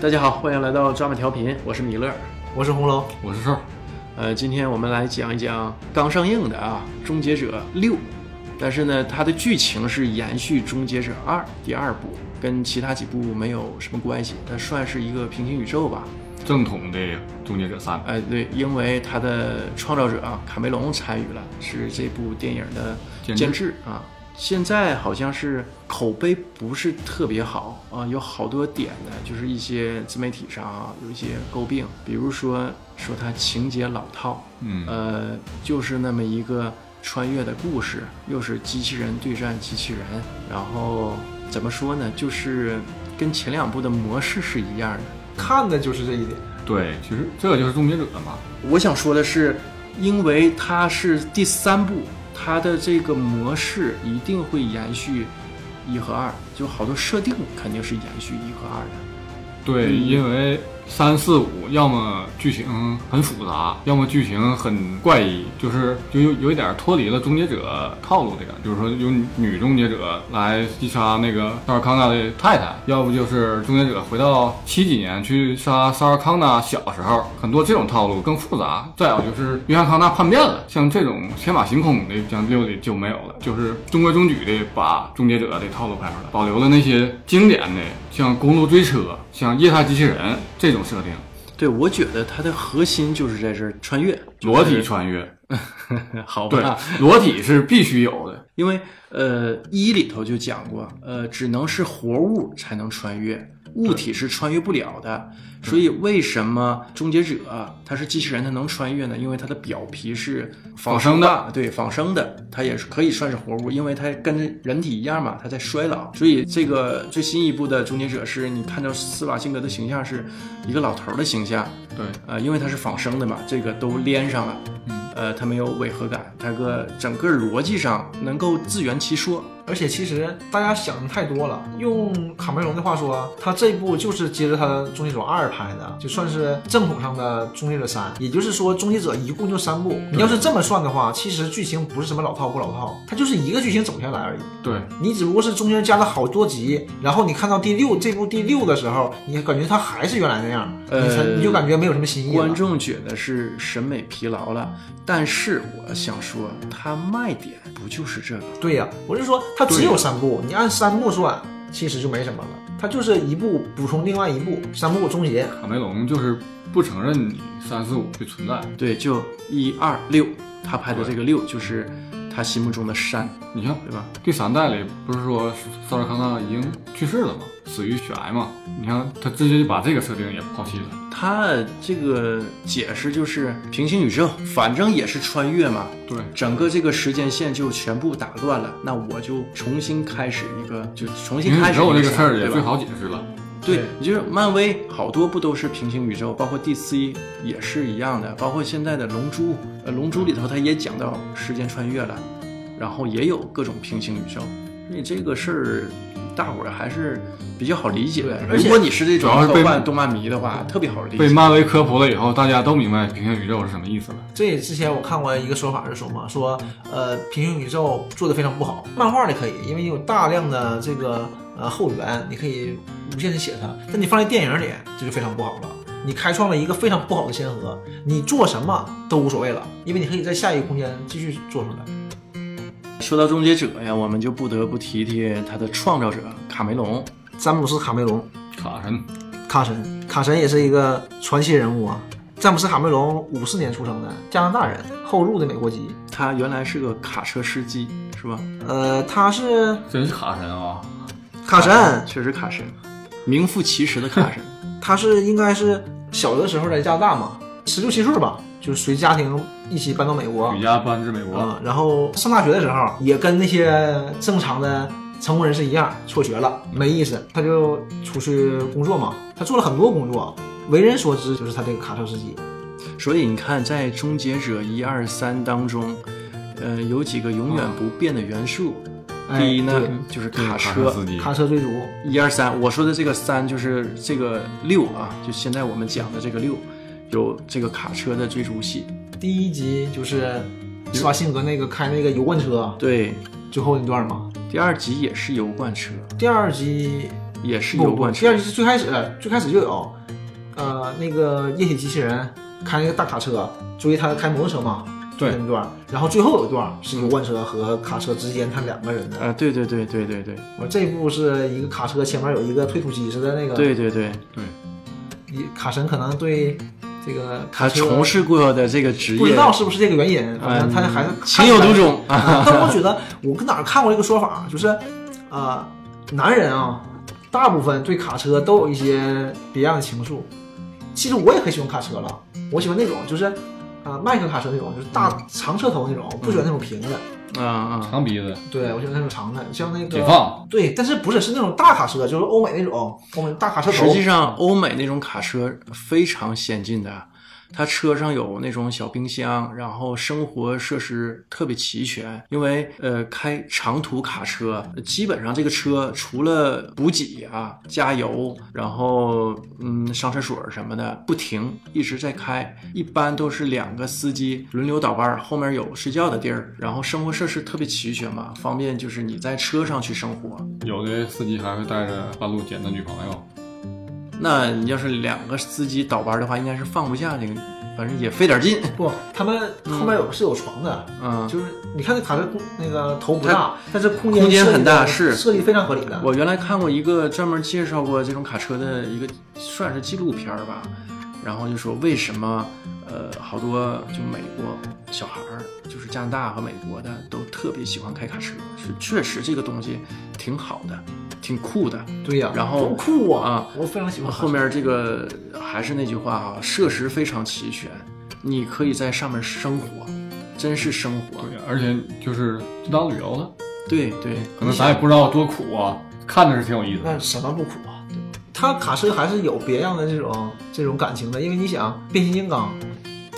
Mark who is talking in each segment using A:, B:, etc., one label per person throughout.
A: 大家好，欢迎来到抓马调频，我是米勒。
B: 我是红楼，
C: 我是事儿，
A: 呃，今天我们来讲一讲刚上映的啊《终结者六》，但是呢，它的剧情是延续《终结者二》第二部，跟其他几部没有什么关系，它算是一个平行宇宙吧。
C: 正统的终结者三，
A: 呃，对，因为它的创造者啊卡梅隆参与了，是这部电影的
C: 监制
A: 监制啊。现在好像是口碑不是特别好啊，有好多点呢，就是一些自媒体上啊有一些诟病，比如说说它情节老套，
C: 嗯，
A: 呃，就是那么一个穿越的故事，又是机器人对战机器人，然后怎么说呢，就是跟前两部的模式是一样的。
B: 看的就是这一点。
C: 对，其实这就是终结者嘛，
A: 我想说的是，因为它是第三部，它的这个模式一定会延续一和二，就好多设定肯定是延续一和二的。
C: 对，因为三四五要么剧情很复杂，要么剧情很怪异，就是就有有一点脱离了终结者套路的感觉，比如说有女终结者来击杀那个萨尔康纳的太太，要不就是终结者回到七几年去杀萨尔康纳小时候，很多这种套路更复杂。再有就是约翰康纳叛变了，像这种天马行空的，像六里就没有了，就是中规中矩的把终结者的套路拍出来，保留了那些经典的，像公路追车、像液态机器人这种设定，
A: 对，我觉得它的核心就是在这儿穿越，
C: 裸体穿越，
A: 好
C: 对
A: 吧？，
C: 裸体是必须有的。
A: 因为呃一里头就讲过，呃，只能是活物才能穿越，物体是穿越不了的。所以为什么终结者它是机器人，它能穿越呢？因为它的表皮是仿
C: 仿生的，
A: 对，仿生的，它也是可以算是活物，因为它跟人体一样嘛，它在衰老。所以这个最新一部的终结者是你看到斯瓦辛格的形象是一个老头儿的形象，
C: 对，
A: 呃，因为它是仿生的嘛，这个都连上了，
C: 嗯，
A: 呃，它没有违和感，它个整个逻辑上能够自圆其说，
B: 而且其实大家想的太多了。用卡梅隆的话说啊，他这部就是接着他的《终结者二》拍的，就算是正统上的《终结者三》。也就是说，《终结者》一共就三部。你要是这么算的话，其实剧情不是什么老套不老套，它就是一个剧情走下来而已。
C: 对，
B: 你只不过是中间加了好多集，然后你看到第六这部第六的时候，你感觉它还是原来那样，你才
A: 呃
B: 你就感觉没有什么新意了
A: 观。众觉得是审美疲劳了，但是我想说，它卖点不就是这个？
B: 对呀、我是说它只有三部，你按三部算，其实就没什么了。它就是一部补充另外一部，三部终结。
C: 卡梅隆就是不承认你三四五的存在。
A: 对，就一二六，他拍的这个六就是他心目中的山，
C: 你看
A: 对吧？
C: 第三代里不是说萨尔康纳已经去世了吗？死于血癌嘛？你看他直接就把这个设定也抛弃了。
A: 他这个解释就是平行宇宙，反正也是穿越嘛，
C: 对，
A: 整个这个时间线就全部打乱了，那我就重新开始一个，就重新
C: 平行
A: 开
C: 宇
A: 始一
C: 宙
A: 个
C: 这个事儿也
A: 对吧
C: 最好解释了。
A: 对
B: 对，
A: 你就是漫威好多不都是平行宇宙，包括 DC 也是一样的，包括现在的《龙珠》，呃，《龙珠》里头它也讲到时间穿越了，然后也有各种平行宇宙，所以这个事儿大伙儿还是比较好理解的。
B: 而
A: 如
B: 且
A: 果你是这种
C: 主要是
A: 科
C: 被
A: 幻动漫迷的话，特别好理
C: 被
A: 解。
C: 漫威科普了以后，大家都明白平行宇宙是什么意思了。
B: 这也之前我看过一个说法是说嘛，说呃平行宇宙做的非常不好，漫画里可以，因为你有大量的这个呃后援，你可以无限的写它，但你放在电影里这就非常不好了。你开创了一个非常不好的先河，你做什么都无所谓了，因为你可以在下一个空间继续做出来。
A: 说到终结者呀，我们就不得不提提他的创造者卡梅隆。
B: 詹姆斯卡梅隆，
C: 卡神，
B: 卡神，卡神也是一个传奇人物啊。詹姆斯·卡梅隆五四年出生的加拿大人，后入的美国籍。
A: 他原来是个卡车司机，是吧？
B: 呃，他是
C: 真是卡神啊！
B: 卡神，
A: 确实卡神，名副其实的卡 神。
B: 他是应该是小的时候在加拿大嘛，十六七岁吧，就是随家庭一起搬到美国
C: 举家搬至美
B: 啊
C: 国，、
B: 然后上大学的时候，也跟那些正常的成功人士一样，辍学了，没意思，他就出去工作嘛。他做了很多工作，为人所知就是他这个卡车司机。
A: 所以你看，在《终结者》一二三当中，呃，有几个永远不变的元素。
B: 哎
A: 第一呢，
B: 对
A: 就是
C: 对
A: 卡
C: 车
A: 车
C: 司机，
B: 卡车追逐，
A: 一二三。我说的这个三就是这个六啊，就现在我们讲的这个六，有这个卡车的追逐戏。
B: 第一集就是施瓦辛格那个开那个油罐车
A: 对，
B: 最后那段嘛。
A: 第二集也是油罐车，
B: 第二集
A: 也是
B: 不
A: 有
B: 不，
A: 关
B: 第二
A: 系
B: 集。是最开始最开始就有，呃，那个夜行机器人开那个大卡车追他开摩托车嘛，
C: 对
B: 那一段儿，然后最后有一段儿是游罐车和卡车之间他两个人的，
A: 呃，对对对对对对
B: 我这一部是一个卡车前面有一个推土机似的那个，，
A: 对对对，
B: 卡神可能对这个
A: 他
B: 卡车
A: 从事过的这个职业，
B: 不知道是不是这个原因，反正他还是
A: 嗯情有独钟 啊。
B: 啊但我觉得我跟哪儿看过一个说法，啊就是，呃，男人啊，大部分对卡车都有一些别样的情愫。其实我也很喜欢卡车了，我喜欢那种就是，啊、麦克卡车那种，就是大
A: 嗯
B: 长车头那种，我不喜欢那种平的。
A: 啊啊，
C: 长鼻子，
B: 对，我喜欢那种长的，像那
C: 解
B: 个。
C: 放，
B: 对，但是不是是那种大卡车，就是欧美那种，欧美大卡车头
A: 实。际上，欧美那种卡车非常先进的，它车上有那种小冰箱，然后生活设施特别齐全。因为呃，开长途卡车，基本上这个车除了补给啊、加油，然后嗯上厕所什么的，不停一直在开，一般都是两个司机轮流倒班儿，后面有睡觉的地儿，然后生活设施特别齐全嘛，方便就是你在车上去生活。
C: 有的司机还会带着半路捡的女朋友，
A: 那你要是两个司机倒班的话，应该是放不下这个，反正也费点劲。
B: 不，他们后面有是有床的，
A: 嗯，
B: 就是你看那卡车空那个头不大，但是空间
A: 空间
B: 设计
A: 很大
B: 的
A: 是
B: 设计非常合理的。
A: 我原来看过一个专门介绍过这种卡车的一个算是纪录片儿吧，然后就说为什么呃好多就美国小孩儿，就是加拿大和美国的都特别喜欢开卡车，是确实这个东西挺好的，挺酷的。
B: 对呀、
A: 然后
B: 多酷啊！
A: 啊
B: 我非常喜欢
A: 后面这个还是那句话啊，设施非常齐全，你可以在上面生活，真是生活。
C: 对，而且就是就当旅游了，
A: 对对，
C: 可能咱也不知道多苦啊，看着是挺有意思
B: 那
C: 的，
B: 什么不苦啊？对吧他卡车还是有别样的这种这种感情的，因为你想变形金
A: 啊
B: 刚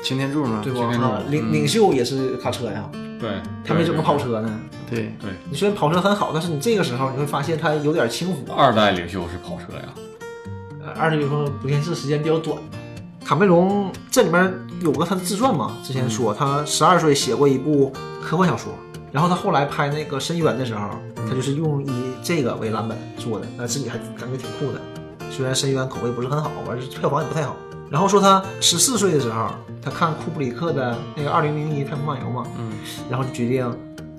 A: 擎天柱嘛，
B: 对不？
C: 擎天柱
B: 啊
A: 嗯
B: 领领袖也是卡车呀，
C: 对，
B: 他没整个跑车呢。
A: 对
B: 你虽然跑车很好，但是你这个时候你会发现它有点轻浮。啊
C: 二代领袖是跑车呀，
B: 呃二十比方不限制时间比较短。卡梅隆这里面有个他的自传嘛，之前说他十二岁写过一部科幻小说，然后他后来拍那个《深渊》的时候，他就是用以这个为蓝本做的，那自己还感觉挺酷的。虽然《深渊》口碑不是很好，完事票房也不太好。然后说他十四岁的时候，他看库布里克的那个《二零零一太空漫游》嘛，
A: 嗯，
B: 然后就决定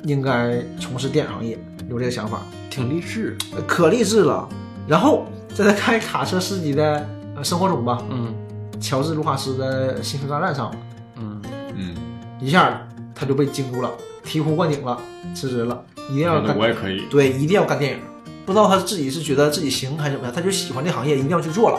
B: 应该从事电影行业，有这个想法。
A: 挺励志。
B: 呃可励志了。然后在他开卡车司机的呃生活中吧，
A: 嗯
B: 乔治·卢卡斯的《星球大战》上，
A: 嗯，
C: 嗯，
B: 一下他就被惊住了，醍醐灌顶了，辞职了，一定要
C: 觉得
B: 干
C: 我也可以，
B: 对，一定要干电影。不知道他自己是觉得自己行还是怎么样，他就喜欢这行业，一定要去做了，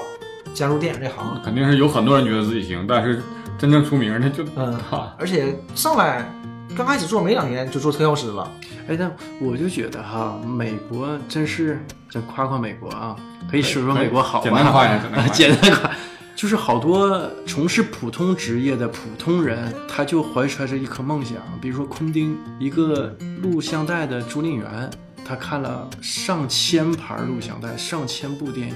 B: 加入电影这行。
C: 肯定是有很多人觉得自己行，但是真正出名的就
B: 嗯，
C: 哈，
B: 而且上来刚开始做没两年就做特效师了，
A: 哎，但我就觉得哈，美国真是，咱夸夸美国啊，可以说说美国好
C: 简单夸
A: 啊，
C: 一下，简单夸一下
A: 简单夸。就是好多从事普通职业的普通人，他就怀揣着一颗梦想，比如说空丁，一个录像带的租赁员，他看了上千盘录像带，上千部电影，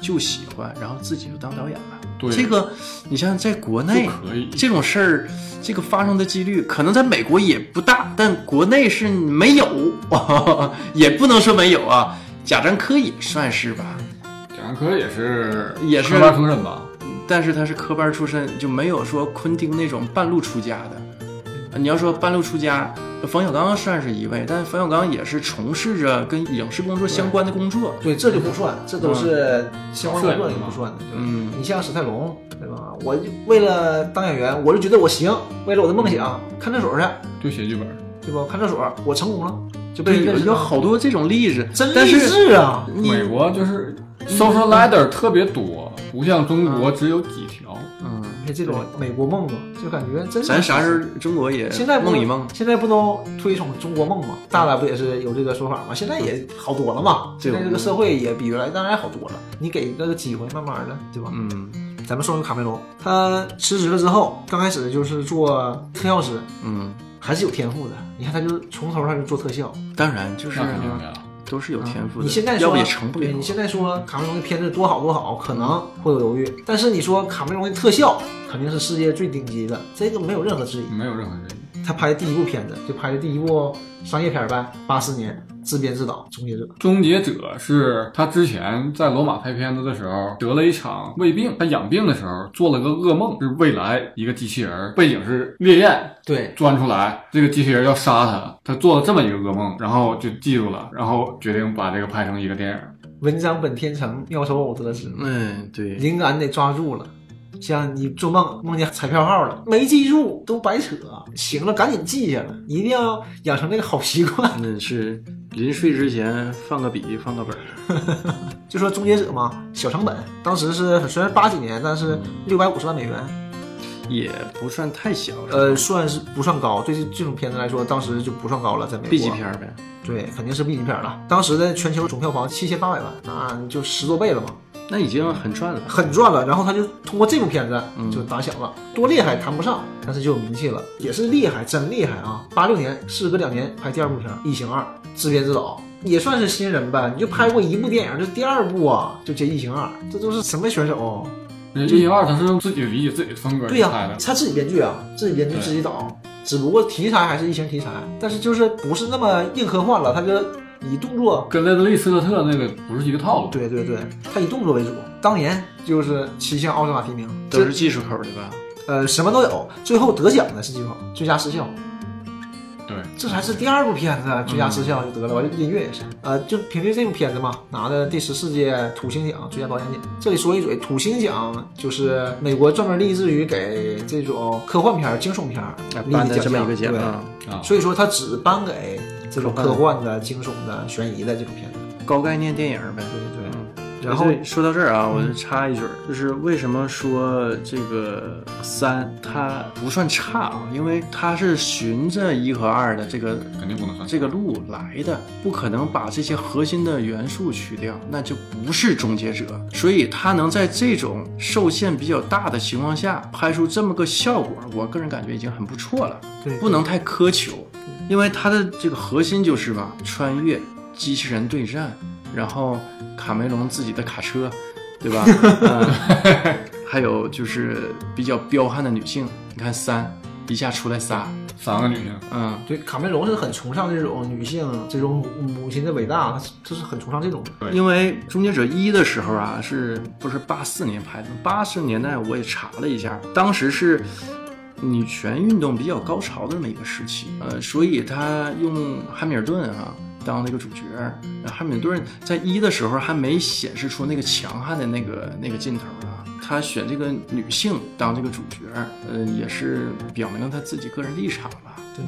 A: 就喜欢，然后自己就当导演了。
C: 对
A: 这个，你像在国内
C: 就，可以，
A: 这种事儿，这个发生的几率可能在美国也不大，但国内是没有，啊也不能说没有啊。贾樟柯也算是吧，
C: 贾樟柯也是
A: 也是
C: 科班出身吧，
A: 但是他是科班出身，就没有说昆汀那种半路出家的。呃你要说半路出家，冯小刚算是一位，但冯小刚也是从事着跟影视工作相关的工作。
B: 对，这就不算，这都是相关工作就不算的。对
A: 嗯
B: 你像史泰龙，对吧？我就为了当演员，我就觉得我行，为了我的梦想，看厕所去，
C: 就写剧本，
B: 对吧？看厕所，我成功了，就被
A: 对，
B: 认
A: 有
B: 识
A: 有
B: 到
A: 好多这种例子，
B: 真
A: 但
B: 励
A: 嗯是
B: 志啊！
A: 你
C: 美国就是 social ladder 特别多，不像中国只有几条，
A: 嗯，
B: 你看这种美国梦嘛，就感觉真是
A: 咱啥时候中国也
B: 现在不
A: 梦一梦？
B: 现在不都推崇中国梦嘛？大大不也是有这个说法嘛？现在也好多了嘛，
A: 对
B: 现在这个社会也比原来当然好多了。你给一个机会，慢慢的，对吧？
A: 嗯
B: 咱们说回卡梅隆，他辞职了之后，刚开始就是做特效师，
A: 嗯，
B: 还是有天赋的。你看，他就从头上就做特效，
A: 当然就是
C: 那肯定的呀。
A: 都是有天赋的，
B: 啊你现在说
A: 要不也成不了
B: 对。你现在说卡梅隆的片子多好多好，可能会有犹豫，但是你说卡梅隆的特效肯定是世界最顶级的，这个没有任何质疑。
C: 没有任何人，
B: 他拍的第一部片子就拍的第一部商业片儿呗，八四年自编自导终结者。
C: 终结者是他之前在罗马拍片子的时候得了一场胃病，他养病的时候做了个噩梦，是未来一个机器人儿，背景是烈焰
B: 对，
C: 钻出来，这个机器人要杀他，他做了这么一个噩梦，然后就记住了，然后决定把这个拍成一个电影。
B: 文章本天成，妙手偶得之，
A: 嗯，对，
B: 灵感得抓住了。像你做梦梦见彩票号了，没记住都白扯。啊行了，赶紧记下了，一定要养成这个好习惯。
A: 那是临睡之前放个笔，放个本儿。
B: 就说《终结者》嘛，小成本，当时是虽然八几年，但是六百五十万美元，
A: 也不算太小，
B: 呃，算是不算高，对这这种片子来说，当时就不算高了，在美国。
A: ，B 级片，儿呗。
B: 对，肯定是 B 级片了。当时的全球总票房七千八百万，那就十多倍了嘛，
A: 那已经很赚了。
B: 很赚了。然后他就通过这种片子
A: 嗯
B: 就打响了，多厉害谈不上，但是就有名气了，也是厉害，真厉害啊！八六年，事隔两年拍第二部片《异形二》，自编自导。也算是新人呗，你就拍过一部电影，这第二部啊，就接《异形二》，这都是什么选手？
C: 那这一二他是用自己的理解、自己的风格
B: 对
C: 去
B: 呀、
C: 拍的，
B: 他自己编剧啊，自己编剧
C: 对
B: 自己导，只不过题材还是异形题材，但是就是不是那么硬科幻了，他就以动作，
C: 跟雷德利·斯科特那个不是一个套路。
B: 对对对，他以动作为主。当年就是七项奥斯卡提名，
A: 都
B: 这
A: 是技术口儿的吧？
B: 呃什么都有，最后得奖的是几口最佳特效，
C: 对，
B: 这才是第二部片子啊最
C: 嗯
B: 佳特效就得了，完、音乐也是，呃，就凭借这部片子嘛，拿的第十四届土星奖最佳导演奖。这里说一嘴，土星奖就是美国专门立志于给这种科幻片儿、惊悚片儿
A: 哎
B: 立
A: 颁
B: 啊的
A: 的这么一个奖
B: 奖项，对
A: 啊，嗯
C: 啊，
B: 所以说他只颁给这种
A: 科
B: 科幻的、惊悚的、悬疑的这种片子。
A: 高概念电影儿呗。
B: 对对对。
A: 嗯，
B: 然后
A: 哎对说到这儿啊，我就插一句儿，就是为什么说这个三它不算差啊？因为它是循着一和二的这个
C: 肯定不能算。
A: 这个路来的，不可能把这些核心的元素去掉，那就不是终结者。所以他能在这种受限比较大的情况下拍出这么个效果，我个人感觉已经很不错了，
B: 对
A: 不能太苛求，因为它的这个核心就是吧，穿越、机器人对战，然后卡梅隆自己的卡车，对吧？嗯，还有就是比较彪悍的女性，你看三一下出来仨，
C: 三个女性，
A: 嗯。
B: 对卡梅隆是很崇尚这种女性、这种母母亲的伟大，他是他是很崇尚这种的。
C: 对
A: 因为《终结者一》的时候啊，是不是八四年拍的？八十年代我也查了一下，当时是女权运动比较高潮的那么一个时期，呃，所以他用汉密尔顿啊当那个主角。呃汉密尔顿在一的时候还没显示出那个强悍的那个那个劲头啊。他选这个女性当这个主角，呃，也是表明了他自己个人立场吧，
B: 对，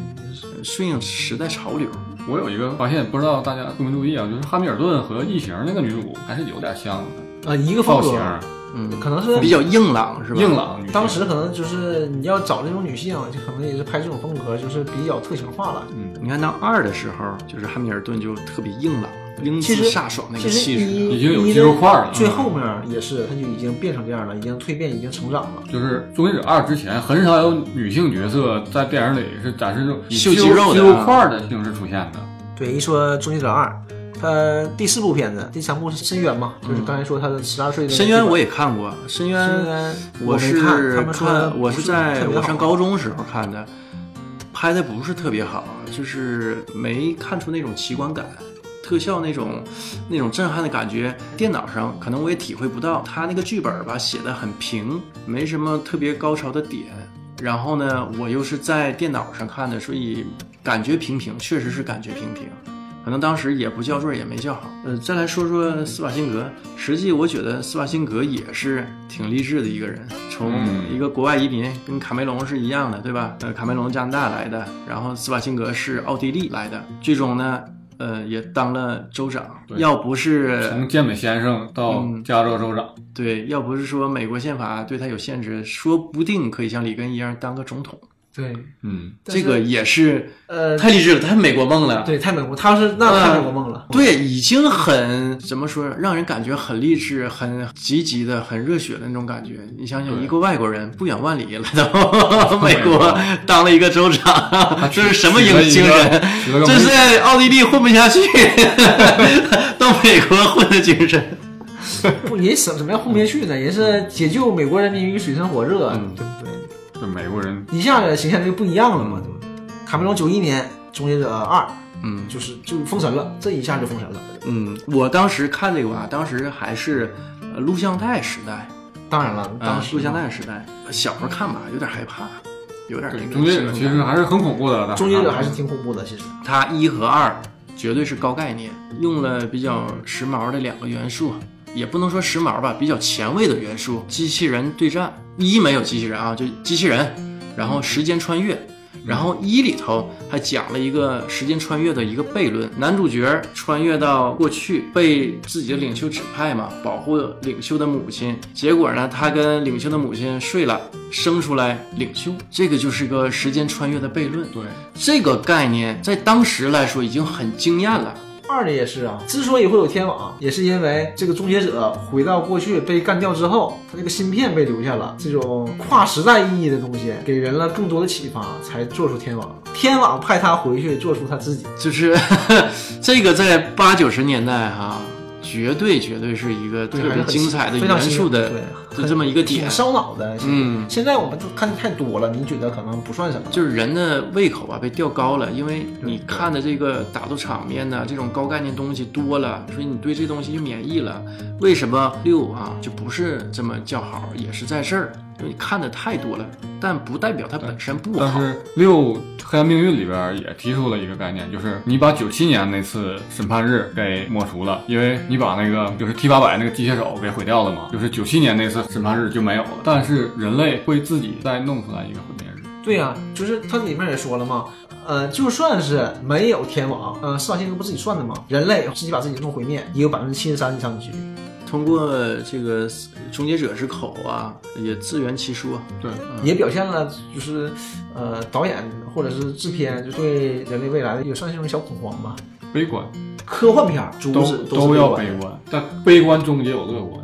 A: 呃顺应时代潮流。
C: 我有一个发现，不知道大家注没注意啊，就是汉密尔顿和异形那个女主还是有点像的，
B: 呃，一个风
C: 造型
B: 格，
A: 嗯，
B: 可能是
A: 比较硬朗是吧？
C: 硬朗女性。
B: 当时可能就是你要找这种女性，就可能也是拍这种风格，就是比较特型化了。
C: 嗯，
A: 你看到二的时候，就是汉密尔顿就特别硬朗，英姿
B: 其实
A: 飒爽那个
B: 其实
A: 气势。
B: 一
C: 已经有
B: 一
C: 肌肉块了
B: 最后面也是，他就已经变成这样了，已经蜕变，已经成长了。
C: 嗯就是《终结者二》之前很少有女性角色在电影里是展示这种以
A: 秀肌
C: 肌
A: 肉的啊
C: 肌肉块儿的形式出现的。
B: 对，一说《终结者二》，它第四部片子，第三部是《深渊》嘛，就是刚才说他的十二岁的那个
A: 深渊我
B: 剧
A: 也看过，深
B: 本。深
A: 渊
B: 渊
A: 我
B: 没
A: 是
B: 看，他们说
A: 我是在我上高
B: 中，
A: 中时候看的，拍的不是特别好，就是没看出那种奇观感。特效那种，那种震撼的感觉，电脑上可能我也体会不到。他那个剧本吧写的很平，没什么特别高潮的点。然后呢，我又是在电脑上看的，所以感觉平平，确实是感觉平平。可能当时也不较劲儿，也没较好。呃，再来说说斯瓦辛格，实际我觉得斯瓦辛格也是挺励志的一个人，从
C: 嗯
A: 一个国外移民，跟卡梅隆是一样的，对吧？呃，卡梅隆加拿大来的，然后斯瓦辛格是奥地利来的，最终呢，呃，也当了州长。
C: 对
A: 要不是
C: 从健美先生到
A: 嗯
C: 加州州长，
A: 对，要不是说美国宪法对他有限制，说不定可以像里根一样当个总统。
B: 对，
C: 嗯，
B: 但是
A: 这个也是
B: 呃，
A: 太励志了，太美国梦了。
B: 对，太美国，他是那
A: 嗯
B: 太美国梦了。
A: 对，已经很怎么说，让人感觉很励志、很积极的、很热血的那种感觉。你想想，
C: 对
A: 一个外国人不远万里来到 美国当了一个州长，这是什么英精神？
C: 取了个
A: 这是在奥地利混不下去， 到美国混的精神。
B: 不，人怎怎么样混不下去呢？人是解救美国人民于水深火热，
A: 嗯
B: 对不对？
C: 这美国人
B: 一下子形象就不一样了嘛，对吧？卡梅隆九一年《终结者二》
A: 嗯
B: 就是就封神了，这一下就封神了。
A: 嗯，我当时看这个啊，当时还是呃录像带时代，
B: 当然了，
A: 啊
B: 当，时
A: 录像带时代，小时候看吧，有点害怕，有点那
C: 对，
A: 个
C: 终结者其实还是很恐怖
A: 嗯
C: 的。
B: 终结
A: 啊
B: 者还是挺恐怖的，其实。
A: 它一和二绝对是高概念，用了比较时髦的两个元素，也不能说时髦吧，比较前卫的元素，机器人对战。一没有机器人啊，就机器人，然后时间穿越，然后一里头还讲了一个时间穿越的一个悖论，男主角穿越到过去，被自己的领袖指派嘛，保护领袖的母亲。结果呢，他跟领袖的母亲睡了，生出来领袖，这个就是个时间穿越的悖论。
C: 对，
A: 这个概念在当时来说已经很惊艳了。
B: 二的也是啊，之所以会有天网，也是因为这个终结者回到过去被干掉之后，他这个芯片被留下了，这种跨时代意义的东西给人了更多的启发，才做出天网。天网派他回去做出他自己，
A: 就是 这个在八九十年代哈、绝对绝对是一个特
B: 对，还是
A: 别
B: 很
A: 精彩的
B: 非常
A: 元素的
B: 对，
A: 就这么一个点
B: 挺。烧脑的。其实
A: 嗯
B: 现在我们都看的太多了，你觉得可能不算什么？
A: 就是人的胃口啊被吊高了，因为你看的这个打斗场面呐，这种高概念东西多了，所以你对这东西就免疫了。为什么六啊就不是这么叫好，也是在这儿，因为你看的太多了，但不代表它本身不
B: 嗯
C: 但
A: 好。
C: 是六《黑暗命运》里边也提出了一个概念，就是你把九七年那次审判日给抹除了，因为你把那个就是 T 八百那个机械手给毁掉了嘛，就是九七年那次审判日就没有了。但是人类会自己再弄出来一个毁灭日。
B: 对呀、就是它里面也说了嘛，呃，就算是没有天网，呃，施瓦辛格不自己算的嘛，人类自己把自己弄毁灭，也有百分之七十三以上的几率。
A: 通过这个终结者之口啊，也自圆其说。
C: 对，
B: 也表现了就是呃导演或者是制片就对人类未来的也算是一种小恐慌吧。
C: 悲观
B: 科幻片儿主
C: 都
B: 旨
C: 都
B: 是
C: 要
B: 悲
C: 悲
B: 观，
C: 观，但悲观中也有乐观，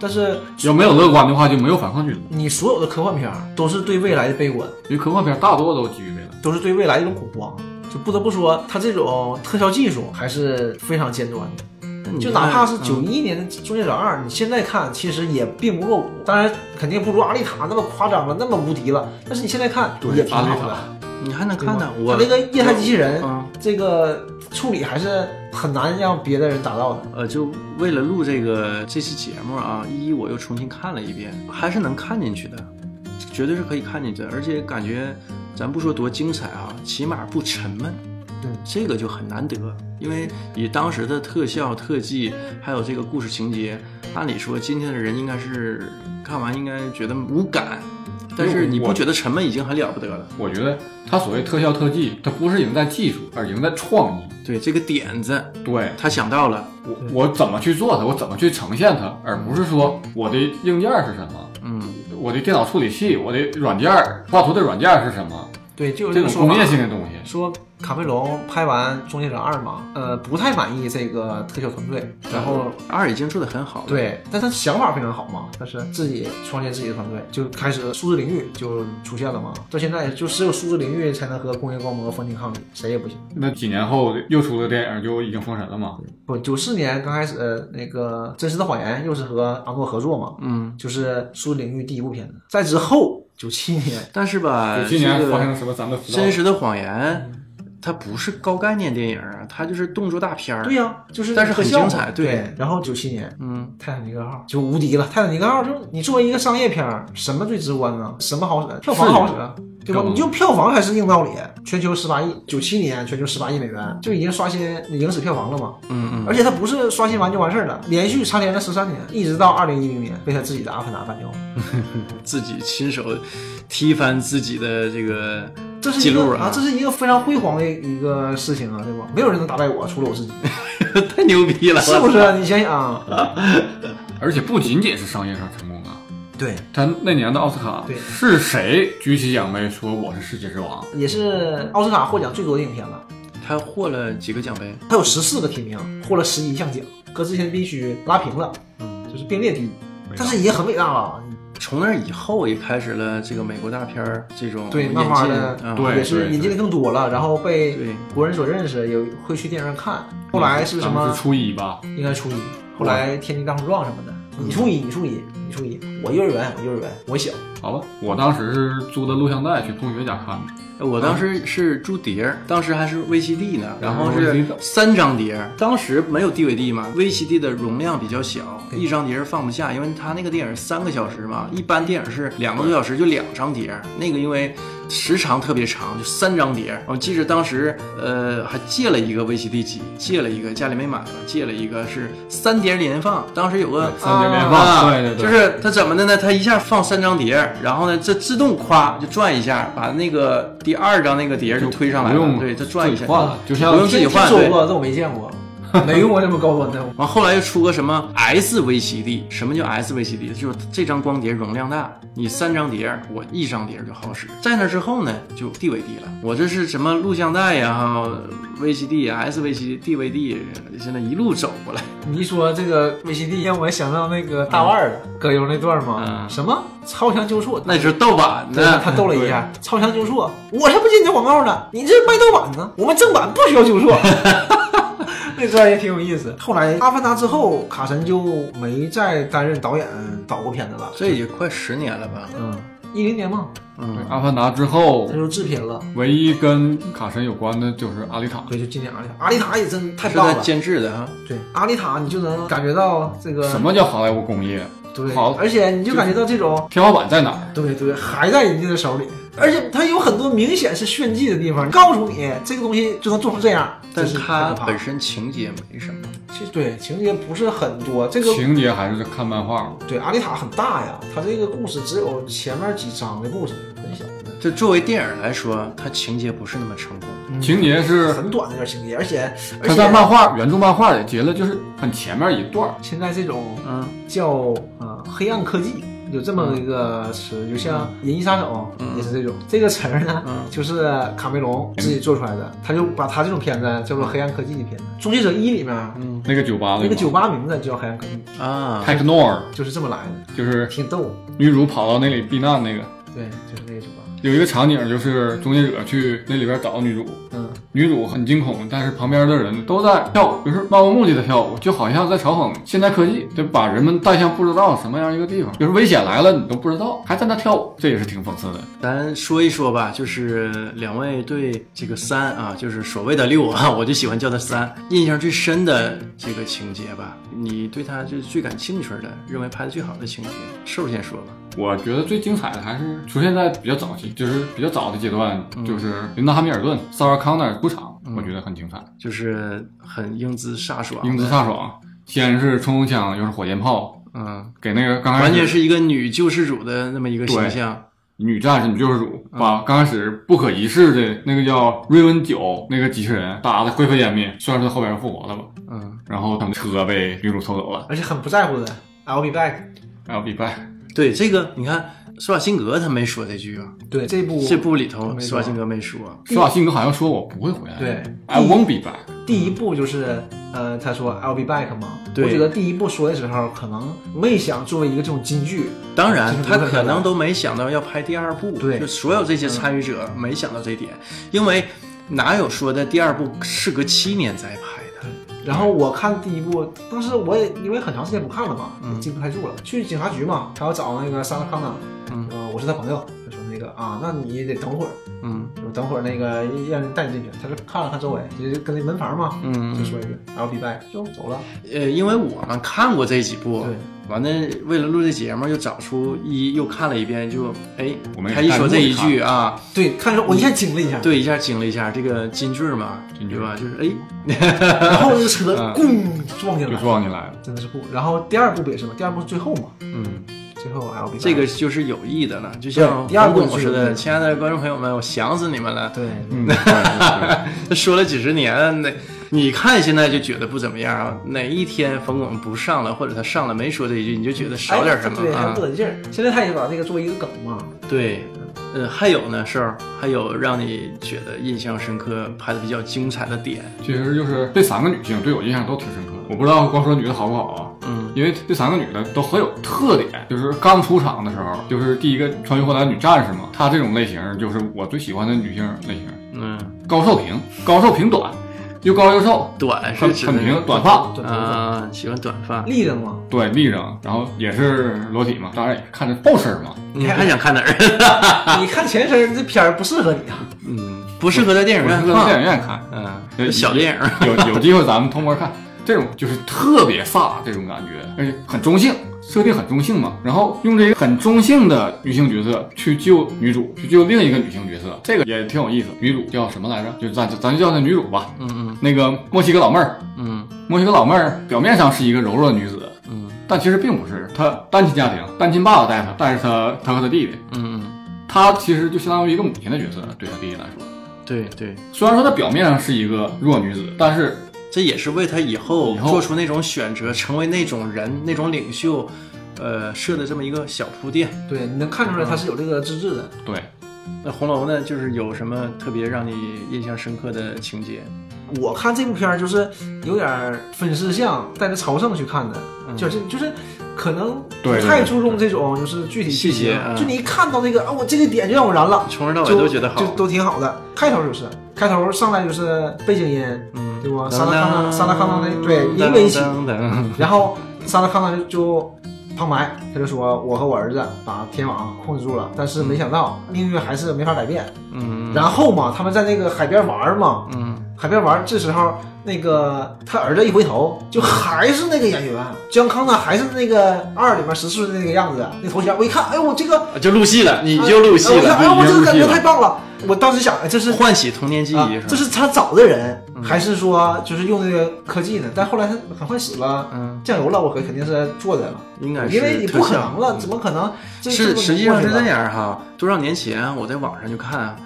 B: 但是
C: 要没有乐观的话就没有反抗军了，
B: 你所有的科幻片儿都是对未来的悲观，
C: 因为科幻片大多都基于未来。
B: 都是对未来的一种恐慌。就不得不说，它这种特效技术还是非常尖端的。
A: 那你
B: 就哪怕是
A: 看嗯
B: 九一年的《终结者二》，你现在看其实也并不落伍，当然肯定不如《阿丽塔》那么夸张了，那么无敌了。但是你现在看
C: 对
B: 也挺
C: 阿丽
B: 好
C: 塔嗯
B: 的。
A: 嗯你还能看
B: 对
A: 呢
B: 吧。
A: 我
B: 它那个嗯液态机器人，
A: 啊，
B: 这个处理还是很难让别的人达到的。
A: 呃，就为了录这个这期节目啊，一我又重新看了一遍，还是能看进去的，绝对是可以看进去的。而且感觉，咱不说多精彩啊，起码不沉闷。
B: 对
A: 这个就很难得，因为以当时的特效、特技，还有这个故事情节，按理说今天的人应该是看完应该觉得无感，但是你不觉得沉闷已经很了不得了。
C: 我觉得它所谓特效特技，它不是赢在技术，而赢在创意。
A: 对这个点子，
C: 对，
A: 他想到了，
C: 我我怎么去做它，我怎么去呈现它，而不是说我的硬件是什么，
A: 嗯，
C: 我的电脑处理器，我的软件画图的软件是什么，
B: 对，就有
C: 这
B: 这
C: 种
B: 个说
C: 工
B: 法
C: 业。性的东西。
B: 说卡梅隆拍完《终结者二》嘛，呃，不太满意这个特效团队，
C: 嗯
B: 然后
A: 二已经做得很好了，，
B: 对，但他想法非常好嘛，但是自己创建自己的团队，就开始数字领域就出现了嘛，到现在就只有数字领域才能和工业光魔分庭抗礼，谁也不行。
C: 那几年后又出了电影，就已经封神了嘛？
B: 不，九四年刚开始呃那个《真实的谎言》又是和阿诺合作嘛，
A: 嗯。
B: 就是数字领域第一部片子，在之后九七年
A: 但呃是吧，
C: 九七年
A: 这
C: 发生
A: 个
C: 了什么咱们不知道
A: 真实的谎言，
B: 嗯
A: 它不是高概念电影啊，它就是动作大片儿。
B: 对呀、就是
A: 但是很
B: 特效嘛
A: 精彩对
B: 对。然后九七年
A: 嗯，
B: 《泰坦尼克号》就无敌了，《泰坦尼克号》就你作为一个商业片儿，什么最直观啊？什么好使？票房好使，啊对吧？
C: 嗯
B: 你就票房才是硬道理。全球十八亿，九七年全球十八亿美元就已经刷新影史票房了嘛。
A: 嗯嗯，
B: 而且它不是刷新完就完事儿了，连续蝉联了十三年，一直到二零一零年被他自己的《阿凡达》干掉了。
A: 自己亲手踢翻自己的这个
B: 这是
A: 记
B: 一
A: 录
B: 个啊，这是一个非常辉煌的一个事情啊，对吧？没有人能打败我，除了我 自己，
A: 太牛逼了，
B: 是不是？你想想啊，
C: 而且不仅仅是商业上成功啊，
B: 对，
C: 他那年的奥斯卡
B: 对
C: 是谁举起奖杯说我是世界之王？
B: 也是奥斯卡获奖最多的影片了。
A: 他获了几个奖杯？
B: 他有十四个提名，获了十一项奖，和之前必须拉平了，
A: 嗯，
B: 就是并列第一，
C: 伟大
B: 但是已经很伟大了。
A: 从那以后也开始了这个美国大片儿这种
B: 对，
A: 引
B: 慢慢
A: 进
B: 的、
A: 啊，
C: 对
B: 也是引进的更多了，然后被
A: 对
B: 国人所认识，也会去电影院看。后来是什
C: 咱们
B: 么
C: 是？初一吧？
B: 应该初一，
A: 嗯
B: 后来《天地大冲撞》什么的。你初一，你初一，你初一，我幼儿园，我幼儿园，我小，
C: 好吧，我当时是租的录像带去同学家看的，
A: 我当时是租碟儿，当时还是 VCD 呢，然后是
C: VCD
A: 三张碟儿。当时没有 DVD 嘛，VCD 的容量比较小，
B: 对
A: 一张碟儿放不下，因为它那个电影三个小时嘛，一般电影是两个多小时就两张碟儿，那个因为时长特别长，就三张碟儿。我记着当时呃还借了一个 VCD 机，借了一个家里没买嘛，借了一个是三碟儿连放，当时有个
C: 三碟连
A: 啊
C: 放，对对对，
A: 就是它怎么的呢？它一下放三张碟儿，然后呢，这自动夸就转一下，把那个第二张那个碟儿就推上来
C: 不用
A: 了。对，它转一下。
C: 换了，就像
A: 不用自己
B: 听
A: 换
B: 说
A: 对
B: 过，但我没见 过，没用过这么高端的。
A: 完后来又出个什么 SVCD？什么叫 SVCD？就是这张光碟容量大，你三张碟儿，我一张碟儿就好使。在那之后呢，就 DVD 了。我这是什么录像带呀、VCD 呀、SVCD、DVD，现在一路走过来。
B: 你一说这个 VCD，让我想到那个大腕儿葛优那段嘛，
A: 嗯
B: 什么超强纠错，
A: 那就是盗版
B: 嗯对
A: 的，
B: 他逗了一下，超强纠错，啊我才不接你的广告呢，你这卖盗版呢，我们正版不需要纠 错。那段也挺有意思。后来《阿凡达》之后，卡神就没再担任导演导过片子了。
A: 这也快十年了吧？
B: 嗯，一零年嘛，
A: 嗯
C: 《阿凡达》之后
B: 他，就制片了。
C: 唯一跟卡神有关的就是阿丽塔。
B: 对，就今年阿丽塔，阿丽塔也真太
A: 是
B: 棒
A: 他
B: 了。
A: 监制的哈。
B: 对，阿丽塔你就能感觉到这个
C: 什么叫好莱坞工业？
B: 对，
C: 好
B: 而且你就感觉到这种
C: 天花板在哪儿？
B: 对对，还在人家的手里，而且它有很多明显是炫技的地方，告诉你这个东西就能做成这样，
A: 但
B: 是
A: 它本
B: 身
A: 身情节没什么，
B: 其实对情节不是很多，这个
C: 情节还是看漫画。
B: 对阿丽塔很大呀，它这个故事只有前面几章的故事，很小的，
A: 就作为电影来说，它情节不是那么成功。
C: 情节是
B: 很短的一段情节，而且而
C: 他在
B: 且
C: 漫画原著漫画里截了，就是很前面一段儿。
B: 现在这种
A: 嗯
B: 叫呃黑暗科技，有这么一个词，就像《银翼杀手》也是这种。这个词儿呢，
A: 嗯
B: 就是卡梅隆自己做出来的，他就把他这种片子叫做黑暗科技的片子。《终结者一》里面
A: 嗯
C: 那个酒吧
B: 那
C: 里
B: 个
C: 吗
B: 酒吧名字就叫黑暗科技，
A: 啊，
C: ，Technor，
B: 就是这么来的，
C: 就是
B: 挺逗。
C: 女主跑到那里避难那个。
B: 对，就是那个酒吧。
C: 有一个场景就是终结者去那里边找女主，
B: 嗯，
C: 女主很惊恐，但是旁边的人都在跳舞，就是漫无目的的跳舞，就好像在嘲讽现代科技，就把人们带向不知道什么样一个地方，就是危险来了你都不知道，还在那跳舞，这也是挺讽刺的。
A: 咱说一说吧，就是两位对这个三啊，就是所谓的六啊，我就喜欢叫它三，印象最深的这个情节吧，你对它就是最感兴趣的，认为拍的最好的情节，瘦先说吧。
C: 我觉得最精彩的还是出现在比较早期，就是比较早的阶段，就是琳达·汉密尔顿、Sarah Connor 出场，我觉得很精彩，
A: 啊就是很英姿飒爽，
C: 英姿，飒爽。先是冲锋枪，又是火箭炮，
A: 嗯，
C: 给那个刚开始
A: 完全是一个女救世主的那么一个形
C: 对
A: 象，
C: 女战士、女救世主，把刚开始不可一世的那个叫瑞文九那个机器人打得灰飞烟灭，虽然说后边又复活了吧，
A: 嗯，
C: 然后他们车被女主偷走了
B: 而且很不在乎的，I'll be back。
C: 然后 l 拜，
A: 对这个你看。施瓦辛格他没说这句啊，
B: 对，这部
A: 这部里头
B: 没
A: 施
B: 说
A: 瓦辛格没说，
C: 施瓦辛格好像说我不会回来，
B: 对啊
C: ，I won't be back。
B: 第一部就是，呃，他说 I'll be back 嘛。
A: 对
B: 我觉得第一部说的时候，可能没想作为一个这种金句，
A: 当然，
B: 就是
A: 他
B: 不可
A: 可能
B: 能
A: 都没想到要拍第二部，
B: 对嗯
A: 就所有这些参与者没想到这点，因为哪有说的第二部是隔七年再拍的？
B: 然后我看第一部，当时我也因为很长时间不看了嘛，记不太住了。去警察局嘛，他要找那个莎拉康纳，
A: 嗯
B: 呃，我是他朋友。他说那个啊，那你得等会儿，
A: 嗯
B: 就等会儿那个让人带你这边。他就看了看周围，就是跟那门房嘛，
A: 嗯
B: 就，说一句 I'll be back，就走了。
A: 呃，因为我们看过这几部
B: 对，
A: 完了为了录这节目又找出一又看了一遍，就哎
C: 我们，也
A: 他一说这一句
C: 弹幕
A: 啊，
B: 对，看着我一下惊了一下，
A: 对一下惊了一下，这个金句儿嘛，
C: 金句嗯
A: 对
C: 儿
A: 吧？就是哎，
B: 然后那 个车
C: 嗯
B: 咣撞进
C: 就
B: 来，
C: 撞进来了，
B: 真的是不。然后第二部不也是吗？第二部是最后嘛，
A: 嗯。
B: 最后 I'll be back。
A: 这个就是有意的了，就像
B: 对第二部
A: 胡总
B: 就是
A: 似
B: 有意
A: 的，
B: 的
A: 亲爱的观众朋友们，我想死你们了。
B: 对，哎
C: 嗯，对对
A: 这 说了几十年，那你看现在就觉得不怎么样啊？哪一天冯巩不上了，或者他上了没说这一句，你就觉得少点什么
B: 哎对，还
A: 啊
B: 不？得劲儿。现在他也把这个作为一个梗嘛，
A: 对，呃，还有呢，事儿，还有让你觉得印象深刻、拍的比较精彩的点，
C: 对其实就是这三个女性对我印象都挺深刻的，我不知道光说女的好不好啊，
A: 嗯
C: 因为这三个女的都很有特点，就是刚出场的时候，就是第一个穿越过来的女战士嘛，她这种类型就是我最喜欢的女性类型。
A: 嗯，
C: 高寿平，高寿平短，又高又瘦，
A: 短哎
C: 很
A: 是指
C: 很
A: 那个
C: 平，短发，
B: 短头发，
A: 啊，喜欢短发。
B: 立正嘛，
C: 对，立正，然后也是裸体嘛，当然也看着暴身嘛。
A: 你还想看哪儿？啊
B: 你看前身儿这片儿不适合你啊，
A: 嗯，不适合在电影
C: 我
A: 院
C: 是在电
A: 看。
C: 影院看，
A: 嗯，小电影。
C: 有有机会咱们偷摸看。这种就是特别飒这种感觉，而且很中性，设定很中性嘛。然后用这个很中性的女性角色去救女主，去救另一个女性角色，这个也挺有意思。女主叫什么来着？就咱咱就叫她女主吧。
A: 嗯嗯
C: 那个墨西哥老妹儿，
A: 嗯
C: 墨西哥老妹儿表面上是一个柔弱的女子，
A: 嗯
C: 但其实并不是。她单亲家庭，单亲爸爸带她，带着她，她和她弟弟。
A: 嗯，
C: 她其实就相当于一个母亲的角色，对她弟弟来说。
A: 对对，
C: 虽然说她表面上是一个弱女子，但是
A: 这也是为他以后
C: 以后
A: 做出那种选择，成为那种人、那种领袖，呃，设的这么一个小铺垫。
B: 对，你能看出来他是有这个资质的，
C: 对
A: 那红楼呢，就是有什么特别让你印象深刻的情节？
B: 我看这部片儿就是有点儿粉丝向，带着朝圣去看的，
A: 嗯
B: 就是就是可能不
C: 对
B: 太
C: 对
B: 注重这种就是具体
A: 细节嗯
B: 就你一看到那个啊，我这个点就让我燃了，
A: 从头到尾
B: 就
A: 都觉得好
B: 就。都挺好的。开头就是开头上来就是背景音，
A: 嗯，
B: 对吧？沙拉康纳沙拉康纳那对
A: 噔
B: 音乐一起，
A: 噔噔
B: 然后沙拉康纳就就旁白，他就说我和我儿子把天网控制住了，但是没想到命运还是没法改变。
A: 嗯
B: 然后嘛，他们在那个海边玩儿嘛，
A: 嗯
B: 海边玩，这时候那个他儿子一回头，就还是那个演员姜康纳，还是那个二里面十四岁的那个样子，那头衔。我一看，哎呦，我这个
A: 嗯，就入戏了，你就入 戏
B: 哎我看，
A: 了，
B: 哎呦，我这个感觉
C: 了
B: 太棒了！我当时想，哎这是
A: 唤起童年记
B: 啊
A: 忆，
B: 这
A: 是吧？嗯
B: 是他找的人，还是说就是用那个科技呢？但后来他很快死了，
A: 嗯，
B: 酱油了，我肯肯定是做的了，
A: 应该是
B: 因为你不
A: 特
B: 可
A: 效
B: 能了，
A: 嗯
B: 怎么可能？这
A: 是实际上是这
B: 样，
A: 样哈，多少年前我在网上就看啊，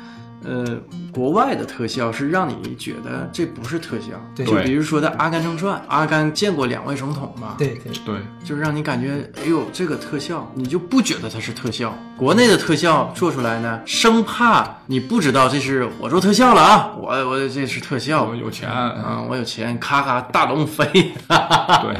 A: 呃，国外的特效是让你觉得这不是特效，
B: 对
A: 就比如说在《阿甘正传》，阿甘见过两位总统嘛，，
B: 对对，
C: 对，
A: 就是让你感觉，哎呦，这个特效你就不觉得它是特效。国内的特效做出来呢，生怕你不知道这是我做特效了啊，我我这是特效
B: 哦
C: 我。有钱，
B: 啊
A: 嗯，我有钱，咔咔大龙飞，
C: 啊对，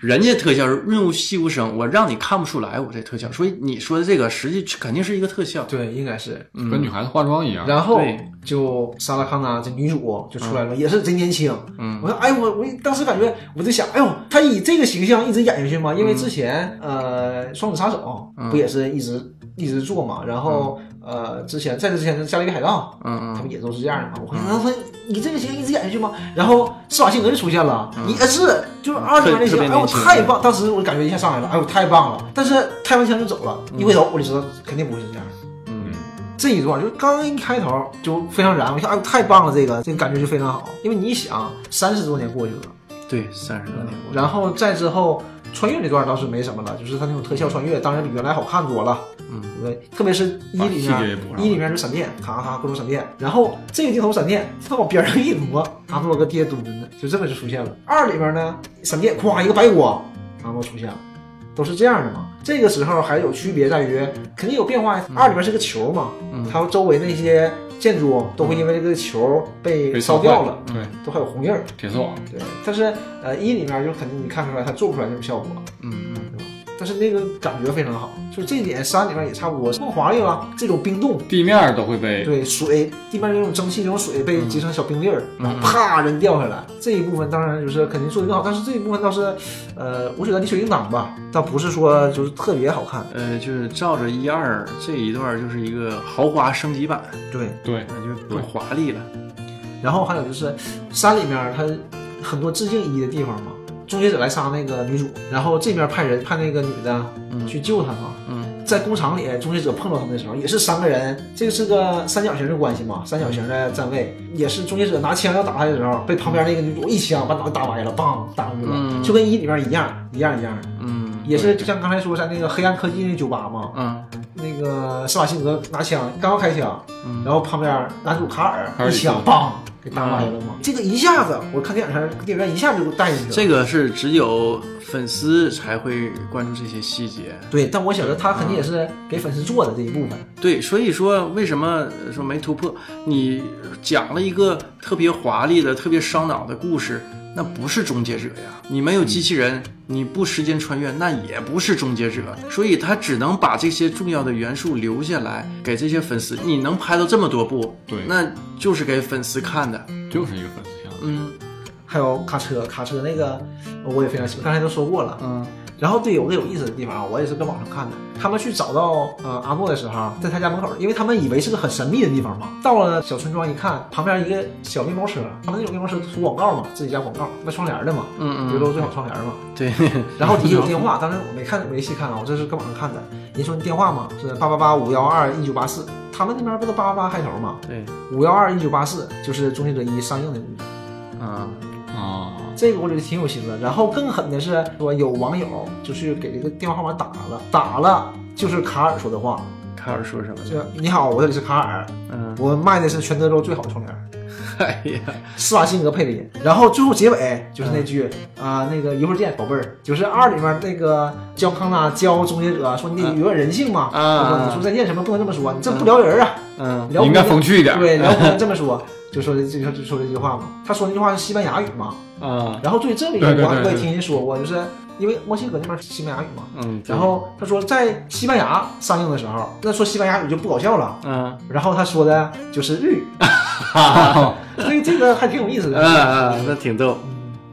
A: 人家特效是润物细无声，我让你看不出来我这特效，所以你说的这个实际肯定是一个特效。
B: 对，应该是。
C: 跟女孩子化妆一样。
B: 嗯然后
A: 对
B: 就莎拉康纳这女主就出来了，也是真年轻。嗯，我说哎，我我当时感觉我就想，哎呦，她以这个形象一直演下去嘛，因为之前、呃双子杀手不也是一直、一直做嘛，然后、呃之前在这之前是加勒比海盗，
A: 嗯
B: 他们也都是这样的嘛。我说那他你这个形象一直演下去吗？然后施瓦辛格就出现了，
A: 嗯
B: 也是就是二十
A: 特
B: 年那
A: 特
B: 型，
A: 别
B: 哎呦
A: 年轻
B: 太棒！当时我感觉一下上来了，哎呦太棒了。但是开完枪就走了，一回头我就知道肯定不会是这样。
A: 嗯
B: 这一段就刚一开头就非常燃，我想哎呦太棒了，这个这个感觉就非常好，因为你想三十多年过去了，，
A: 对，三十多年过去了，
B: 然后再之后穿越这段倒是没什么了，就是它那种特效穿越，当然比原来好看多了，
A: 嗯
B: 对不对，特别是一
C: 把
B: 里
C: 细节也
B: 面
C: 补上了
B: 一里面就闪电，咔咔各种闪电，然后这个镜头闪电他往边上一挪，阿诺搁地下蹲着，就这么就出现了。二里面呢闪电咵一个白光，阿诺出现了。都是这样的嘛。这个时候还有区别在于，肯定有变化呀。
C: 嗯
B: 二里边是个球嘛，它周围那些建筑都会因为这个球被
C: 嗯被
B: 烧
C: 烧
B: 掉了，
C: 坏了
B: 都还有红印儿。
C: 铁丝网，
B: 对，但是呃一里面就肯定你看出来它做不出来那种效果，
A: 嗯嗯，
B: 对吧？但是那个感觉非常好，就是这一点山里面也差不多，更华丽了。这种冰冻，
C: 地面都会被
B: 对水地面那种蒸汽、那种水被结成小冰粒儿，然后啪人掉下来，这一部分当然就是肯定做得更好，但是这一部分倒是，呃，我觉得理所应当吧，倒不是说就是特别好看。
A: 呃，就是照着一二这一段就是一个豪华升级版，
B: 对，
C: 对
A: 那就更华丽了。
B: 然后还有就是山里面它很多致敬意义的地方嘛，终结者来杀那个女主，然后这边派人派那个女的去救她嘛。
A: 嗯
B: 在工厂里，终结者碰到他们的时候，也是三个人，这个是个三角形的关系嘛，三角形的站位，也是终结者拿枪要打他的时候，被旁边那个女主一枪把脑袋打歪了，梆打晕了，
A: 嗯
B: 就跟一里面一样，一样一样的，
A: 嗯
B: 也是就像刚才说在那个黑暗科技那酒吧嘛，
A: 嗯
B: 那个施瓦辛格拿枪刚要开枪，
A: 嗯
B: 然后旁边男主卡尔
C: 卡尔
B: 一
C: 一
B: 枪
C: 枪
B: 梆给打歪了嘛，这个一下子我看电影上电影院一下就给我带进去了。
A: 这个是只有粉丝才会关注这些细节。
B: 对，但我晓得他肯定也是给粉丝做的这一部分。
A: 对，所以说为什么说没突破？你讲了一个特别华丽的、特别烧脑的故事，那不是终结者呀！你没有机器人，
B: 嗯
A: 你不时间穿越，那也不是终结者。所以他只能把这些重要的元素留下来给这些粉丝。你能拍到这么多部，
C: 对
A: 那就是给粉丝看的。
C: 就是一个粉丝像。
A: 嗯
B: 还有卡车，卡车那个我也非常喜欢，刚才都说过了。
A: 嗯
B: 然后对有个有意思的地方啊，我也是跟网上看的。他们去找到呃阿诺的时候，在他家门口，因为他们以为是个很神秘的地方嘛。到了小村庄一看，旁边一个小面包车，他们那种面包车涂广告嘛，自己家广告卖窗帘的嘛，
A: 嗯嗯，
B: 德州最好窗帘嘛。
A: 对，
B: 然后底下有电话，当时我没看没细看啊，我这是跟网上看的。人说电话嘛是八八八五幺二一九八四，他们那边不都八八八开头嘛，
A: 对，
B: 五幺二一九八四就是《终结者一》上映的名字。
A: 啊，
C: 啊，
B: 这个我觉得挺有心思的。然后更狠的是说，有网友就去给这个电话号码打了，打了就是卡尔说的话，
A: 卡尔说什么
B: 就
A: 呢？
B: 你好，我这里是卡尔，
A: 嗯，
B: 我卖的是全德州最好的窗帘，
A: 哎呀，
B: 施瓦辛格配的音。然后最后结尾就是那句啊、那个一会儿见，宝贝儿，就是二里面那个教康纳教终结者说你得有点人性嘛，
A: 啊
B: 就说你说再见什么不能这么说，你这不撩人啊，
A: 嗯
B: 聊
C: 应该啊风趣一点。
B: 对，聊不能这么说，就说这就说这句话嘛。他说那句话是西班牙语嘛。
A: 啊，
B: 然后对这个
C: 对对
B: 我
C: 对
B: 我也
C: 对
B: 听人说过，就是因为墨西哥那边西班牙语嘛。
A: 嗯，对
B: 然，后他说，在西班牙上映的时候，那说西班牙语就不搞笑了。
A: 嗯
B: 然后他说的就是 日语，所以这个还挺有意思
A: 嗯
B: 的。
A: 嗯，那挺逗，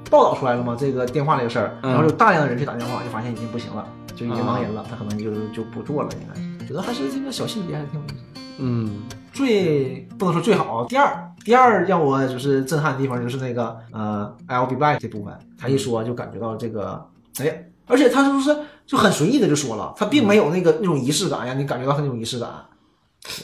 B: 报道出来了嘛，这个电话这个事儿，
A: 嗯
B: 然后有大量的人去打电话，就发现已经不行了，就已
C: 啊
B: 经忙人了，他可能就就不做了。应该是觉得还是这个小细节还是挺有意思的。
A: 嗯
B: 最不能说最好，啊第二第二让我就是震撼的地方就是那个呃 I'll be back 这部分，他一说就感觉到这个哎呀，而且他就是就很随意的就说了，他并没有那个那种仪式感，让你感觉到他那种仪式感。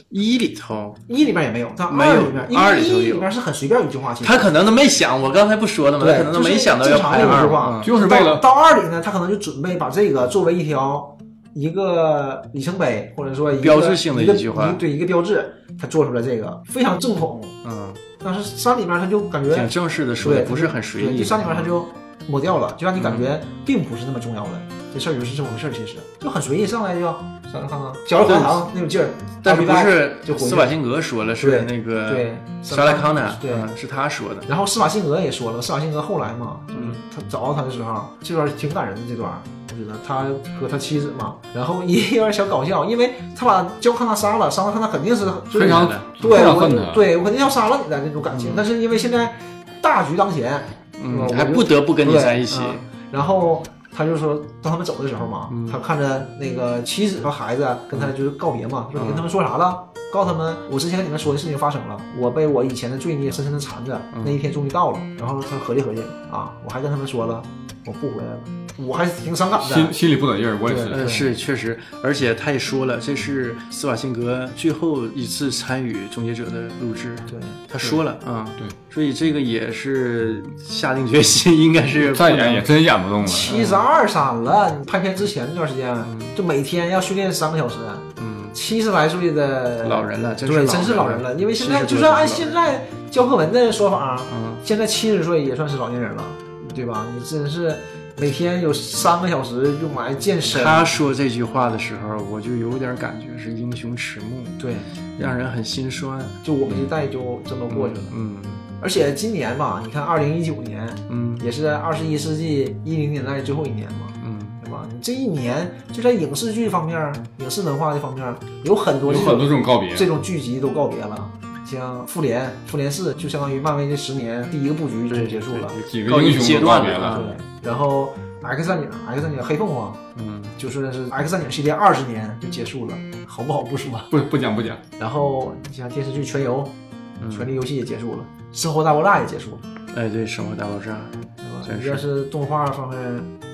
A: 一里头，
B: 一里面也没有，但
A: 没有
B: 二里面，因
A: 二
B: 为
A: 里头
B: 一里
A: 有
B: 面是很随便一句话，其实
A: 他可能都没想，我刚才不说了吗？
B: 对
A: 他可能都没想到
B: 就是
A: 要
B: 正常
A: 拍
B: 的
A: 二
B: 一句话
A: 嗯
C: 就是为了
B: 到到二里呢，他可能就准备把这个作为一条一个里程碑，或者说一个
A: 标志性的
B: 一个
A: 一句话
B: 一个对一个标志，他做出来这个非常正统。
A: 嗯，
B: 但是山里面他就感觉
A: 挺正式的说
B: 对
A: 的，不嗯是很随
B: 对
A: 意。
B: 就山里面他就抹掉了，就让你感
A: 嗯
B: 觉并不是那么重要的。这事儿就是这么回事儿，其实就很随意，上来就上来看看小儿滑堂那种劲儿，
A: 但是不
B: 大礼拜
A: 是
B: 就回去
A: 斯瓦辛格说了，是那个
B: 对
A: 沙拉康纳，
B: 对。
A: 嗯是他说的。
B: 然后施瓦辛格也说了，施瓦辛格后来嘛，就是
A: 嗯
B: 他找到他的时候，啊这段挺感人的。这段我觉得他和他妻子嘛，然后也有点小搞笑，因为他把焦康纳杀了，杀了他，他肯定是就是
C: 非常
B: 对
C: 非常
B: 我
C: 恨他
B: 对我肯定要杀了你的那种感情。但是因为现在大局当前，
A: 嗯
B: 我，
A: 还
B: 就
A: 不得不跟你在一起
B: 对。嗯然后他就说，当他们走的时候嘛，
A: 嗯
B: 他看着那个妻子和孩子啊跟他就是告别嘛，
A: 嗯
B: 说你跟他们说啥了？告诉他们，我之前跟你们说的事情发生了，我被我以前的罪孽深深的缠着，
A: 嗯
B: 那一天终于到了。然后他合计合计啊，我还跟他们说了，我不回来了，我还挺伤感
C: 心
B: 的。
C: 心里不得劲儿，我也是。
A: 呃，是确实，而且他也说了，这是斯瓦辛格最后一次参与《终结者》的录制，
B: 对，
A: 他说了啊，
C: 对，
A: 所以这个也是下定决心，应该是
C: 再
A: 不
C: 演
A: 能
C: 也真演不动了。
B: 七十二三了，你拍片之前那段时间，就每天要训练三个小时。
A: 嗯，
B: 七十来岁的
A: 老人了，真
B: 对，
A: 是
B: 真是老人
A: 人
B: 了，因为现在
A: 70
B: 就
A: 多
B: 算
A: 岁
B: 按
A: 的老
B: 现
A: 人
B: 在教科文的说法，啊
A: 嗯
B: 现在七十岁也算是老年人了，对吧？你真是每天有三个小时用来健身，
A: 他说这句话的时候，我就有点感觉是英雄迟暮，
B: 对，
A: 让人很心酸。
B: 就我们这代就这么过去了。
A: 嗯
B: 而且今年吧，你看二零一九年
A: 嗯
B: 也是二十一世纪一零年代最后一年嘛，
A: 嗯，
B: 对吧？你这一年就在影视剧方面、影视文化这方面有很多
C: 有
B: 这
C: 很
B: 种
C: 多这种告别，
B: 这种剧集都告别了。像复联，复联四就相当于漫威这十年第一个布局就结束了。
C: 几
A: 告
C: 个
A: 一
C: 英
A: 阶
C: 雄都告
A: 段
C: 别
A: 了啊
C: 了。
B: 对，然后 X 战警，X 战警黑凤凰，
A: 嗯，
B: 就是那是 X 战警系列二十年就结束了，好不好不说。
C: 不不讲不讲，
B: 然后你像电视剧《全游》
A: 嗯
B: 《权力游戏》也结束了，《生活大爆炸》也结束了，
A: 哎，对，《生活大爆炸》
B: 对吧？
A: 真
B: 一个是动画方面，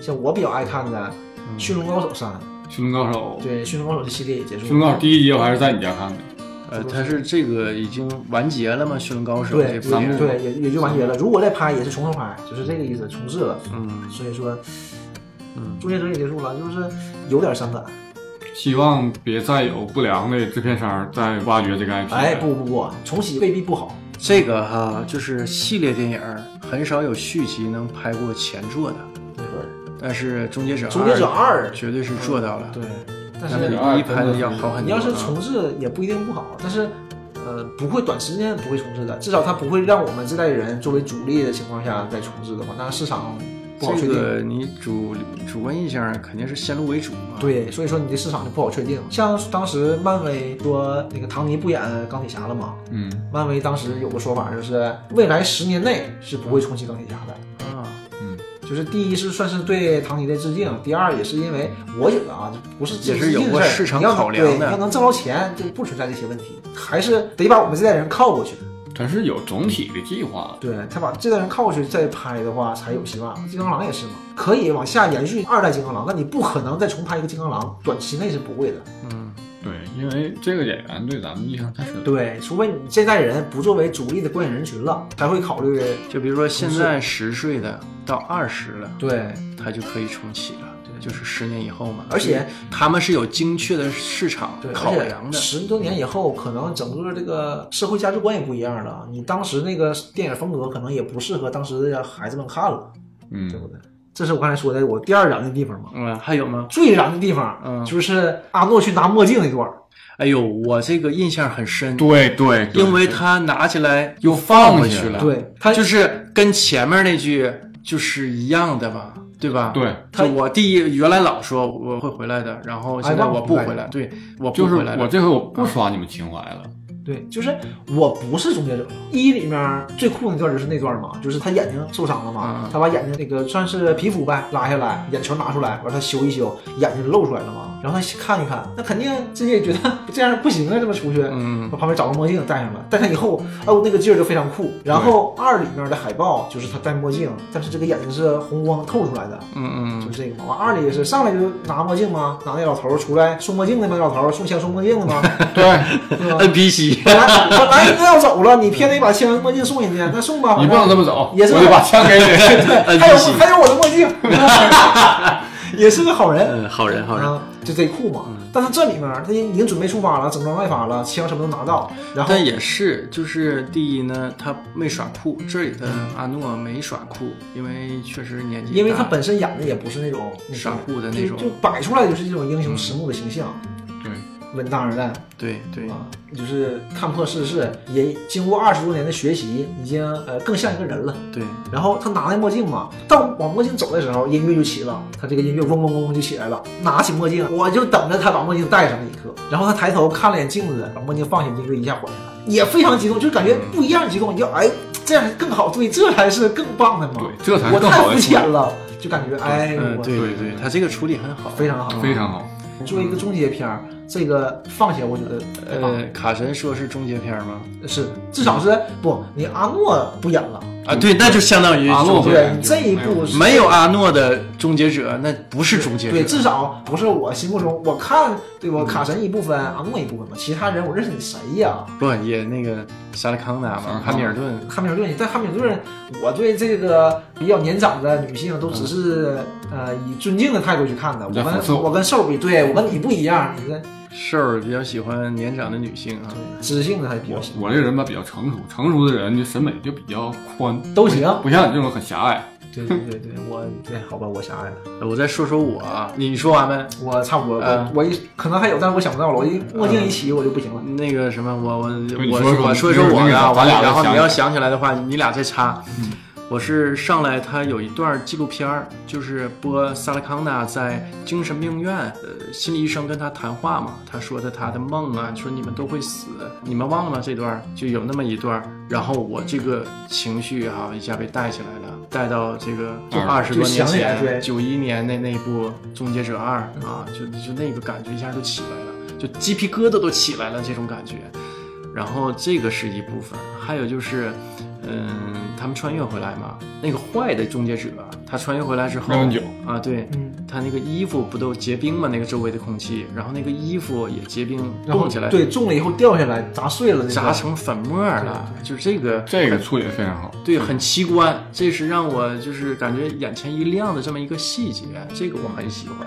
B: 像我比较爱看的
A: 嗯
B: 《驯龙高手三》，
C: 《驯龙高手》《
B: 对，《驯龙高手》这系列也结束
C: 驯龙高手
B: 了。》
C: 第一集我还是在你家看的，
A: 呃，他是这个已经完结了吗？《驯龙高手》
B: 对，
A: 这部
C: 三
B: 也
C: 部
A: 剧，
B: 对也也就完结了。如果再拍，也是重新拍，就是这个意思，重置了。
A: 嗯
B: 所以说，
A: 嗯
B: 终结者也结束了，就是有点伤感。
C: 希望别再有不良的制片商再挖掘这个 IP。
B: 哎，，不不不，重启未必不好。
A: 这个哈，就是系列电影儿很少有续集能拍过前作的，
B: 对，
A: 但是《终结者二》
B: 终结者二
A: 绝对是做到了，
B: 对，但
A: 那
B: 是
A: 比第一拍的要好很多啊。
B: 你要是重置也不一定不好，但是呃不会短时间不会重置的，至少它不会让我们这代人作为主力的情况下再重置的话，那市场不好
A: 这
B: 确定。
A: 个你主主观印象肯定是先入为主嘛。，
B: 对，所以说你这市场就不好确定。像当时漫威说那个唐尼不演钢铁侠了嘛，
C: 嗯
B: 漫威当时有个说法就是未来十年内是不会重启钢铁侠的。
A: 啊，
C: 嗯，
B: 就是第一是算是对唐尼的致敬，第二也是因为我觉得啊，这不是
A: 也是有过
B: 过
A: 市场考量的
B: 你要能挣着钱，就不存在这些问题，还是得把我们这代人靠过去。
C: 它是有总体的计划，
B: 对他把这代人靠过去再拍的话，才有希望。金刚狼也是嘛，可以往下延续二代金刚狼，但你不可能再重拍一个金刚狼，短期内是不会的。
A: 嗯，
C: 对，因为这个演员对咱们印象太深了。
B: 对，除非你这代人不作为主力的观影人群了，才会考虑。
A: 就比如说现在十岁的到二十了，
B: 对，
A: 他就可以重启了，就是十年以后嘛。
B: 而且
A: 他们是有精确的市场
B: 对，
A: 考
B: 而
A: 量
B: 且
A: 的。
B: 十多年以后，可能整个这个社会价值观也不一样了。你当时那个电影风格，可能也不适合当时的孩子们看了，
C: 嗯
B: 对，不对？这是我刚才说的，我第二燃的地方嘛。
A: 嗯，还有吗？
B: 最燃的地方，
A: 嗯
B: 就是阿诺去拿墨镜那段儿，
A: 哎呦，我这个印象很深，
C: 对对，对
A: 因为他拿起来又放回去了，
B: 对他
A: 就是跟前面那句就是一样的嘛，对吧？。
C: 对，
A: 就我第一原来老说我会回来的，然后现在
B: 哎忘
A: 我
B: 了
A: 不
B: 回
A: 回来，
B: 来
A: 对，我不
C: 就是
A: 回来了
C: 我这回我不刷你们情怀了，
B: 对，就是我不是终结者一里面最酷那段就是那段嘛，就是他眼睛受伤了嘛，
A: 嗯
B: 他把眼睛那个算是皮肤呗拉下来，眼球拿出来，完他修一修，眼睛露出来了嘛，然后他看一看，那肯定自己也觉得 这样不行啊，这么出去，
A: 嗯
B: 我旁边找个墨镜戴上了，戴上以后，哦，那个劲儿就非常酷。然后二里面的海报就是他戴墨镜，但是这个眼睛是红光透出来的，
A: 嗯
B: 就
A: 嗯，
B: 是这个嘛。完二里也是上来就拿墨镜嘛，拿那老头儿出来送墨镜的嘛，那老头儿送枪送墨 镜的嘛，
C: 对
B: 对啊吧？
A: NPC
B: 本来本来应该要走了，你偏得把枪墨镜送人家，那送吧，
C: 你
B: 反
C: 不能
B: 正
C: 这么走，
B: 啊也是
C: 我就把枪给你。
B: 对，还有
A: NPC
B: 还有我的墨镜， 也是个好人。
A: 嗯，好人好人。
B: 啊，就贼酷嘛！但是这里面他已经准备出发了，整装待发了，枪什么都拿到，然后
A: 但也是，就是第一呢，他没耍酷，这里的阿诺没耍酷，因为确实年纪大，
B: 因为他本身演的也不是那种那
A: 耍
B: 种
A: 酷的那
B: 就
A: 种，
B: 就摆出来就是一种英雄迟暮的形象，
C: 对，
B: 稳当而战
A: 对对，
B: 啊，就是看破世事，也经过二十多年的学习，已经呃更像一个人了。
A: 对，嗯
B: 然后他拿那墨镜嘛，到往墨镜走的时候，音乐就起了，他这个音乐嗡嗡嗡嗡就起来了。拿起墨镜，我就等着他把墨镜戴上那一刻。然后他抬头看了眼镜子，把墨镜放下，音乐一下缓下来，也非常激动，就感觉不一样的激动。你就哎，这样更好，对，这才是更棒的嘛。
C: 对，这才是
B: 我
C: 更
B: 太
C: 好的
B: 肤
C: 情
B: 浅了，就感觉哎，
A: 嗯
B: 我
A: 对
C: 对
A: 对，
C: 对
A: 他这个处理很好，
B: 非常好
C: 怀，。非常好。
B: 作为一个终结片儿，这个放下我觉得呃
A: 呃，卡神说是终结篇吗？
B: 是至少是不，你阿诺不演了，
A: 啊，对，那就相当于
C: 阿诺
A: 终
C: 不
A: 结
B: 对
C: 演
B: 你这一部是
A: 没有阿诺的终结者，那不是终结
B: 对，
A: 者。
B: 至少不是我心目中，我看对吧？卡神一部分，阿诺一部分嘛，其他人我认识你谁呀？
A: 不也那个莎拉康纳
C: 莎
A: 嘛
B: 啊
C: 拉，
A: 汉密尔
C: 康
A: 顿，
B: 汉密尔顿，但汉密尔顿，我对这个比较年长的女性都只是呃以尊敬的态度去看的。我
C: 你在讽刺
B: 跟
C: 我
B: 我跟瘦比，对我跟你不一样，你这
A: 瘦儿比较喜欢年长的女性啊。
B: 知性的还比较
C: 我
B: 行，
C: 我这人吧比较成熟，成熟的人就审美就比较宽，
B: 都行。
C: 不像你这种很狭隘。
B: 对对对对，我对好吧，我狭隘了，
A: 呃我再说说我啊，你说完没？
B: 我差不多，
A: 嗯
B: 我我一可能还有，但是我想不到了，我一墨镜一起我就不行了。
A: 那个什么，我我
C: 你
A: 我
C: 说说
A: 我说
C: 一会
A: 说
C: 儿
A: 我
C: 那个
A: 的啊，
C: 咱
A: 我
C: 俩再
A: 然后
C: 想嗯
A: 你
C: 一
A: 要
C: 想
A: 想起来的话，你俩再插。我是上来他有一段纪录片儿，就是播萨拉康纳在精神病院，呃，心理医生跟他谈话嘛，他说的他的梦啊，说你们都会死，你们忘了吗这段儿就有那么一段儿，然后我这个情绪哈、一下被带起来了，带到这个
C: 就
A: 二十多年
B: 就想起来
A: 前
B: 对嗯
A: 九一年那那部《终结者二》啊，就就那个感觉一下就起来了，就鸡皮疙瘩都起来了这种感觉。然后这个是一部分，还有就是，嗯，他们穿越回来嘛，那个坏的终结者，他穿越回来之后，
C: 妙文九
A: 啊，对，
B: 嗯，
A: 他那个衣服不都结冰嘛，那个周围的空气，然后那个衣服也结冰
B: 然后
A: 冻起来，
B: 对中了以后掉下来砸碎了那个，
A: 砸成粉末了，就是这个
C: 这个处理得非常好。
A: 对，很奇观，这是让我就是感觉眼前一亮的这么一个细节，这个我很喜欢。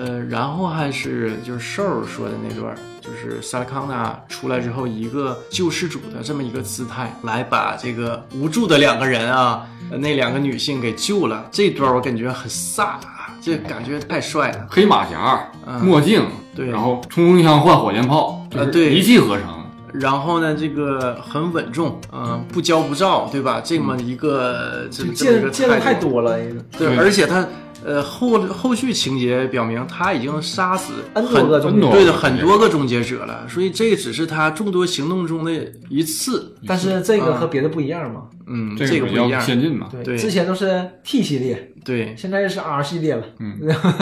A: 呃，然后还是就是瘦儿说的那段儿，就是萨拉康纳出来之后，以一个救世主的这么一个姿态来把这个无助的两个人啊，呃那两个女性给救了。这段儿我感觉很飒啊，这感觉太帅了。
C: 黑马甲、
A: 嗯
C: 墨镜，
A: 对
C: 然后冲锋枪换火箭炮，就
A: 啊
C: 是
A: 对
C: 一气呵成。
A: 然后呢，这个很稳重，嗯、不骄不躁，对吧？这么一个、呃这这
B: 就
A: 么一
B: 见
A: 个
B: 见的太
A: 态度，
B: 多了，哎
A: 对，
C: 对
A: 而且他呃后后续情节表明他已经杀死
B: N
A: 很
B: 多个终结
C: 者
A: 对的很多个终结者了，所以这只是他众多行动中的一次，
B: 但是这个
A: 嗯
B: 和别的不一样嘛。
A: 嗯，
C: 这
A: 这个不
C: 个比
A: 一
C: 较
A: 样，
C: 先进嘛，
B: 对，
A: 对
B: 之前都是 T 系列，
A: 对，
B: 现在是 R 系列了。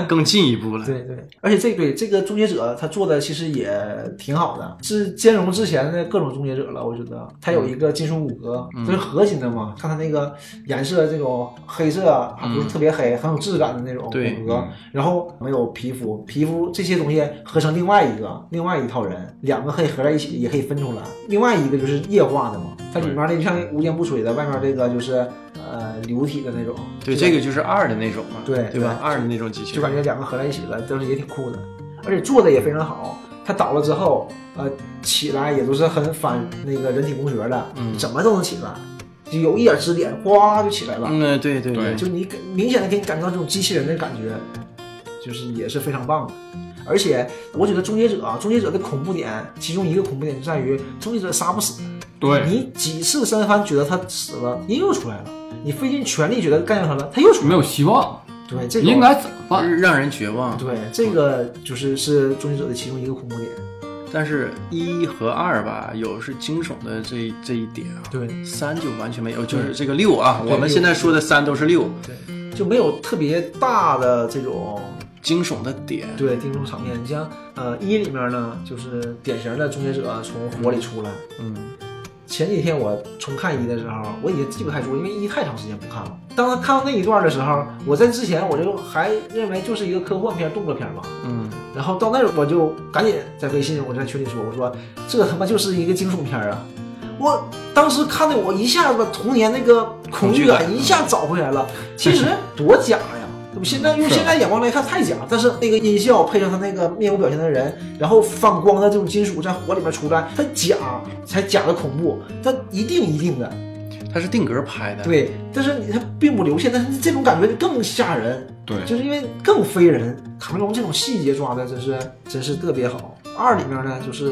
A: 更进一步了，
B: 对对，而且这对这个终结者他做的其实也挺好的，是兼容之前的各种终结者了。我觉得他有一个金属骨骼，
A: 嗯
B: 这是核心的嘛。看他那个颜色，这种黑色啊，还不是特别黑，很有质感的那种骨
A: 嗯对嗯
B: 骼。然后没有皮肤，皮肤这些东西合成另外一个另外一套人，两个可以合在一起，也可以分出来。另外一个就是液化的嘛，它里面的就像无坚不摧的，外面这个就是呃流体的那种。
A: 对，
B: 吧
A: 这个就是二的那种嘛，
B: 对
A: 对吧？二的那种机器
B: 就感觉两个合在一起了，都是也挺酷的，而且做的也非常好。他倒了之后，呃，起来也都是很反那个人体工学的，
A: 嗯
B: 怎么都能起来，就有一点支点，哗就起来了，
A: 嗯，呃对对
C: 对
B: 就你感明显的给你感觉到这种机器人的感觉，就是也是非常棒的。而且我觉得终结者啊，终结者的恐怖点，其中一个恐怖点就在于终结者杀不死，
C: 对，
B: 你几次三番觉得他死了，人又出来了，你费尽全力觉得干掉他了，他又出来
C: 没
B: 了，
C: 有希望，
B: 对，这
C: 你
B: 种
C: 应该怎么办？
A: 让人绝望。
B: 对，这个就是是终结者的其中一个恐怖点。
A: 但是，一和二吧，有是惊悚的这一这一点啊，
B: 对，
A: 三就完全没有，就是这个六啊，
B: 对
A: 我们现在说的三都是六
B: 对，就没有特别大的这种
A: 惊悚的点，
B: 对惊悚场面。你像呃一里面呢，就是典型的终结者从火里出来。
A: 嗯，
B: 前几天我重看一的时候，我已经记不太住，因为一太长时间不看了。当他看到那一段的时候，我在之前我就还认为就是一个科幻片、动作片嘛。
A: 嗯，
B: 然后到那儿我就赶紧在微信，我就在群里说，我说这他妈就是一个惊悚片儿啊！我当时看的我一下子童年那个恐惧
A: 恐惧
B: 感
A: 感嗯
B: 一下找回来了。其实多假呀！怎么现在用
C: 是
B: 现
A: 啊
B: 在眼光来看太假，但是那个音效配上他那个面无表情的人，然后反光的这种金属在火里面出来，它假才假的恐怖，它一定一定的
A: 它是定格拍的，，
B: 对，但是你它并不流线，但是这种感觉更吓人。
C: 对，
B: 就是因为更非人，卡梅隆这种细节抓的真是真是特别好。二里面呢，就是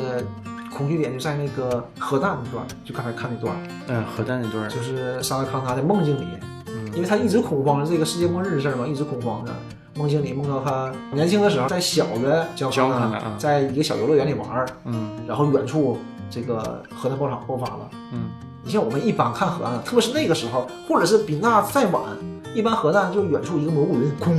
B: 恐惧点就在那个核弹那段，就刚才看那段，
A: 嗯，核弹那段儿，
B: 就是莎拉康纳的梦境里，因
A: 嗯
B: 为他一直恐慌这个世界末日的事儿嘛，一直恐慌着。梦境里梦到他年轻的时候，在小的焦
A: 焦
B: 康
A: 康纳
B: 纳
A: 啊
B: 在一个小游乐园里玩儿，
A: 嗯
B: 然后远处这个核弹爆炸爆发了。
A: 嗯，
B: 你像我们一般看核弹，特别是那个时候，或者是比那再晚，一般核弹就远处一个蘑菇云，轰，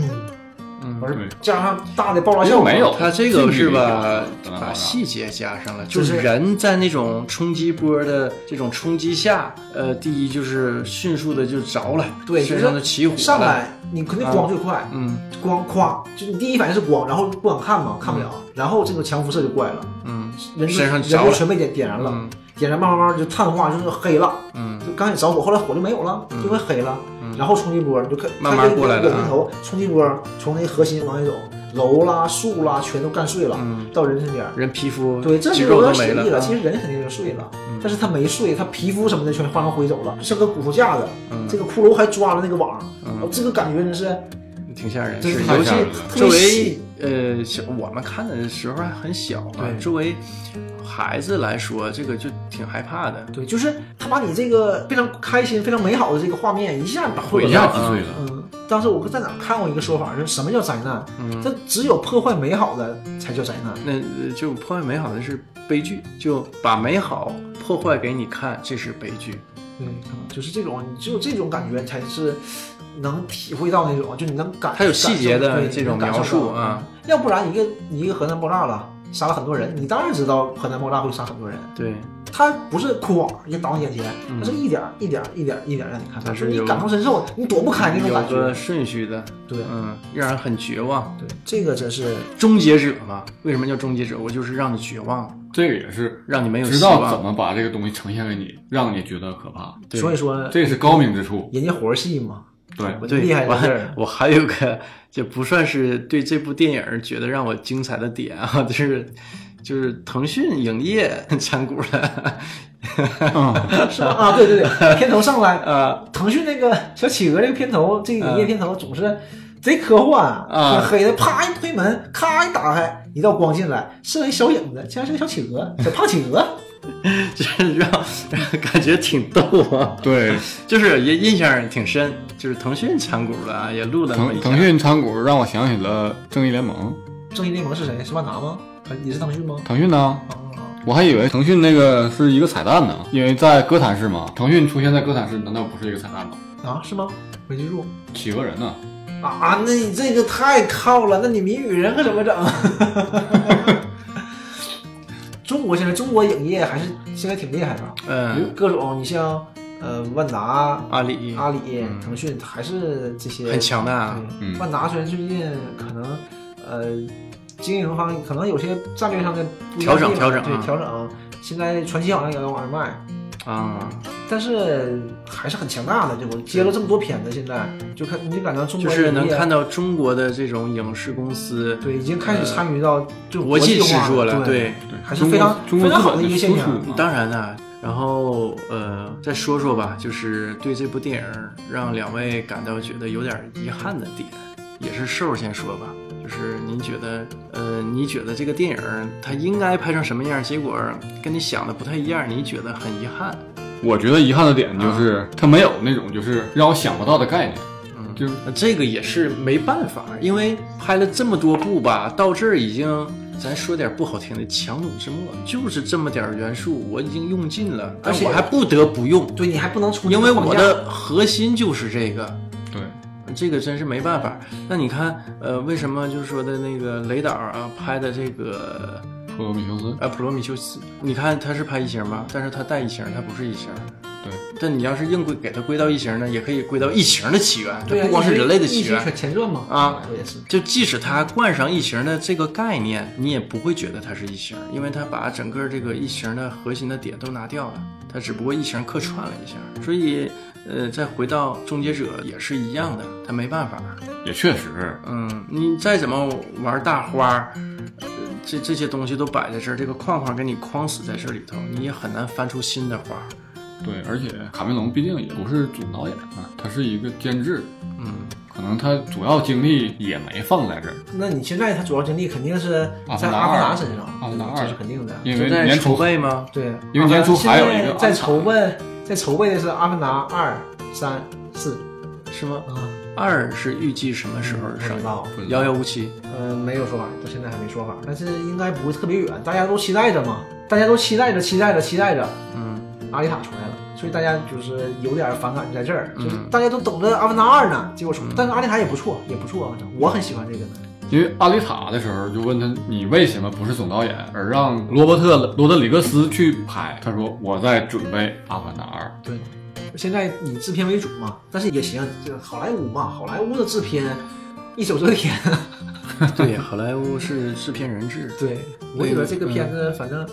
A: 嗯
B: 完事儿
C: 对
B: 加上大的爆炸效
C: 就
B: 果，
C: 没有
A: 它这个是吧
C: 近距离的，
A: 把细节加上了，
B: 啊就
A: 就是是人在那种冲击波的这种冲击下，呃，第一就是迅速的就着了，
B: 对
A: 身上
B: 就
A: 的起火了，
B: 上来你肯定光最快，
A: 嗯
B: 光咵，就你第一反应是光，然后不敢看嘛，看不了，然后这个强辐射就怪了，
A: 嗯
B: 人
A: 身上
B: 人
A: 着
B: 都
A: 了
B: 全被点点燃了，
A: 嗯
B: 点燃慢慢慢慢就碳化，就是黑了。
A: 嗯，
B: 就刚开始着火，后来火就没有了，就会黑了。然后冲击波就看
A: 慢慢过来啊了
B: 看那个人头冲击波从那核心往外走，楼啦、树啦全都干碎了，到人身边。
A: 人皮肤
B: 对，
A: 嗯
B: 这
A: 肌
B: 就
A: 肉
B: 有点
A: 都没
B: 水力
A: 了，
B: 了。
A: 啊嗯
B: 其实人肯定就碎了，但是他没碎，他皮肤什么的全化成灰走了，剩个骨头架子。
A: 嗯
B: 这个骷髅还抓了那个网，哦这个感觉真是
A: 挺吓人，
B: 对
A: 是
C: 太
A: 尤
C: 吓人
A: 其
C: 了
B: 特
A: 周
B: 别
A: 围
B: 细。
A: 呃，小我们看的时候还很小嘛
B: 对，
A: 周围孩子来说，这个就挺害怕的。
B: 对，就是他把你这个非常开心、非常美好的这个画面一下打破
C: 一
B: 了。
C: 下击碎了，
B: 嗯，当时我在哪看过一个说法，就是什么叫灾难？
A: 嗯
B: 它只有破坏美好的才叫灾难。
A: 那呃就破坏美好的是悲剧，就把美好破坏给你看，这是悲剧。
B: 对，
A: 嗯
B: 嗯就是这种，你只有这种感觉才是能体会到那种，就你能感，
A: 它有细节的
B: 感受对
A: 这种
B: 你能感受
A: 描述
B: 到嗯
A: 啊，
B: 要不然一个一个核弹爆炸了，杀了很多人，你当然知道核弹爆炸会杀很多人，
A: 对，
B: 它不是哐一下倒你眼前，它是一点儿一点儿一点儿一点儿让你看
A: 嗯它
B: 到，就是你
A: 有
B: 感同身受，你躲不开那
A: 嗯
B: 种
A: 有
B: 感
A: 个
B: 觉，
A: 顺序的，
B: 对
A: 嗯，让人很绝望。
B: 对，这个真是
A: 终结者嘛，为什么叫终结者？我就是让你绝望，
C: 嗯这个也是
A: 让你没有
C: 知
A: 希
C: 道怎
A: 望。
C: 么把这个东西呈现给你，让你觉得可怕，
A: 对
B: 所以说
C: 这是高明 之处。
B: 人家活儿 细嘛，
C: 对，
B: 我就
A: 对，
B: 厉害在这儿
A: 我。我还有个，就不算是对这部电影觉得让我精彩的点啊，就是就是腾讯影业 参股了，
B: 是吧？啊，对 对对，片头上来，
A: 呃，
B: 腾讯那 个小企鹅这个片头，这个影业片头总是贼科幻
A: 嗯啊
B: 很黑的，啪一 推门，咔一打开，一道光进来，是个小影子，竟然是个小企鹅，小胖企鹅，
A: 就是让感觉挺逗啊，
C: 对，
A: 就是也印象挺深，就是腾讯参股了，啊也录了那么一下
C: 腾腾讯参股让我想起了正义联盟，
B: 正义联盟是谁？是万达吗？还也是腾讯吗？
C: 腾讯呢，
B: 啊，
C: 我还以为腾讯那个是一个彩蛋呢，因为在哥谭市嘛，腾讯出现在哥谭市，难道不是一个彩蛋吗？
B: 啊是吗？没记住
C: 企鹅人呢？
B: 啊，那你这个太靠了，那你谜语人可怎么整？ 中国现在中国影业还是现在挺厉害的，
A: 嗯，
B: 各种你像呃万达、
A: 阿里
B: 阿里、
C: 嗯
B: 腾讯还是这些
A: 很强大，
B: 对
C: 嗯
B: 万达虽然最近可能呃经营方可能有些战略上的不一样的地方
A: 调整调整啊
B: 对调整，现在传奇好像也要往外卖，
A: 啊，
B: 但是还是很强大的。这个接了这么多片子，现在就看你就感觉中
A: 就
B: 国
A: 是
B: 影
A: 能
B: 业
A: 看到中国的这种影视公司
B: 对已经开始参与到就
A: 国际
B: 际
A: 制
B: 化
A: 作了，
B: 对。
A: 对，
C: 对，
B: 还是
C: 中国
B: 非常
C: 中国
B: 非常
C: 资
B: 好的
C: 本
B: 一个
C: 的
B: 现
C: 输
B: 象嗯
C: 出嘛，
A: 当然啦，然后呃，再说说吧，就是对这部电影让两位感到觉得有点遗憾的点，也是瘦儿先说吧。就是您觉得，呃，你觉得这个电影它应该拍成什么样？结果跟你想的不太一样，你觉得很遗憾。
C: 我觉得遗憾的点
B: 啊
C: 就是它没有那种就是让我想不到的概念，
A: 嗯，
C: 就是
A: 那这个也是没办法，因为拍了这么多部吧，到这儿已经，咱说点不好听的，强弩之末，就是这么点儿元素，我已经用尽了，但
B: 而且
A: 我还不得不用。
B: 对你还不能冲击
A: 因为我
B: 框架
A: 的核心就是这个，
C: 对，
A: 这个真是没办法。那你看，呃，为什么就是说的那个雷导啊拍的这个
C: 普罗米修斯，
A: 呃普罗米修斯，你看他是拍异形吧，但是他带异形，他不是异形。
C: 对，
A: 但你要是硬归给他归到异形呢，也可以归到异形的起源，
B: 对啊
A: 它不光是人类的起
B: 异形
A: 源。
B: 前传嘛
A: 啊，
B: 我也是。
A: 就即使他冠上异形的这个概念，你也不会觉得它是异形，因为他把整个这个异形的核心的点都拿掉了，他只不过异形客串了一下。所以，呃，再回到终结者也是一样的，他没办法。
C: 也确实，
A: 嗯，你再怎么玩大花儿，呃这这些东西都摆在这儿，这个框框给你框死在这里头，你也很难翻出新的花儿。
C: 对，而且卡梅隆毕竟也不是主导演啊，他是一个监制，
A: 嗯，
C: 可能他主要精力也没放在这儿，
B: 那你现在他主要精力肯定是在
C: 阿凡达
B: 阿凡达
C: 二
B: 身上，
C: 阿凡达
B: 这
C: 二
B: 是肯定的。
C: 因
A: 就
C: 为
A: 在
C: 年
A: 筹
C: 初
A: 备吗？
B: 对，啊
C: 因为年初还有一个
B: 阿凡达现在在筹备，在筹备的是《阿凡达二》《三》《四》
A: 是吗？
B: 啊，
A: 二是预计什么时候
B: 不
A: 上
B: 知
A: 映？
B: 道，
C: 不知道
A: 遥遥无期。
B: 嗯，没有说法，到现在还没说法，但是应该不会特别远，大家都期待着嘛，大家都期待着，期待着，期待着，
A: 嗯，
B: 阿丽塔出来了，所以大家就是有点反感在这儿，就是
A: 嗯
B: 大家都等着《阿凡达二》呢，结果
C: 嗯
B: 出，但是阿丽塔也不错，也不错，反正我很喜欢这个的。
C: 因为《阿丽塔》的时候就问他，你为什么不是总导演，而让罗伯特·罗德里格斯去拍？他说我在准备《阿凡达二
B: 对，现在以制片为主嘛，但是也行，就好莱坞嘛，好莱坞的制片一手遮天。
A: 对，好莱坞是制片人制。
B: 对，我觉得
A: 嗯
B: 这个片子，反正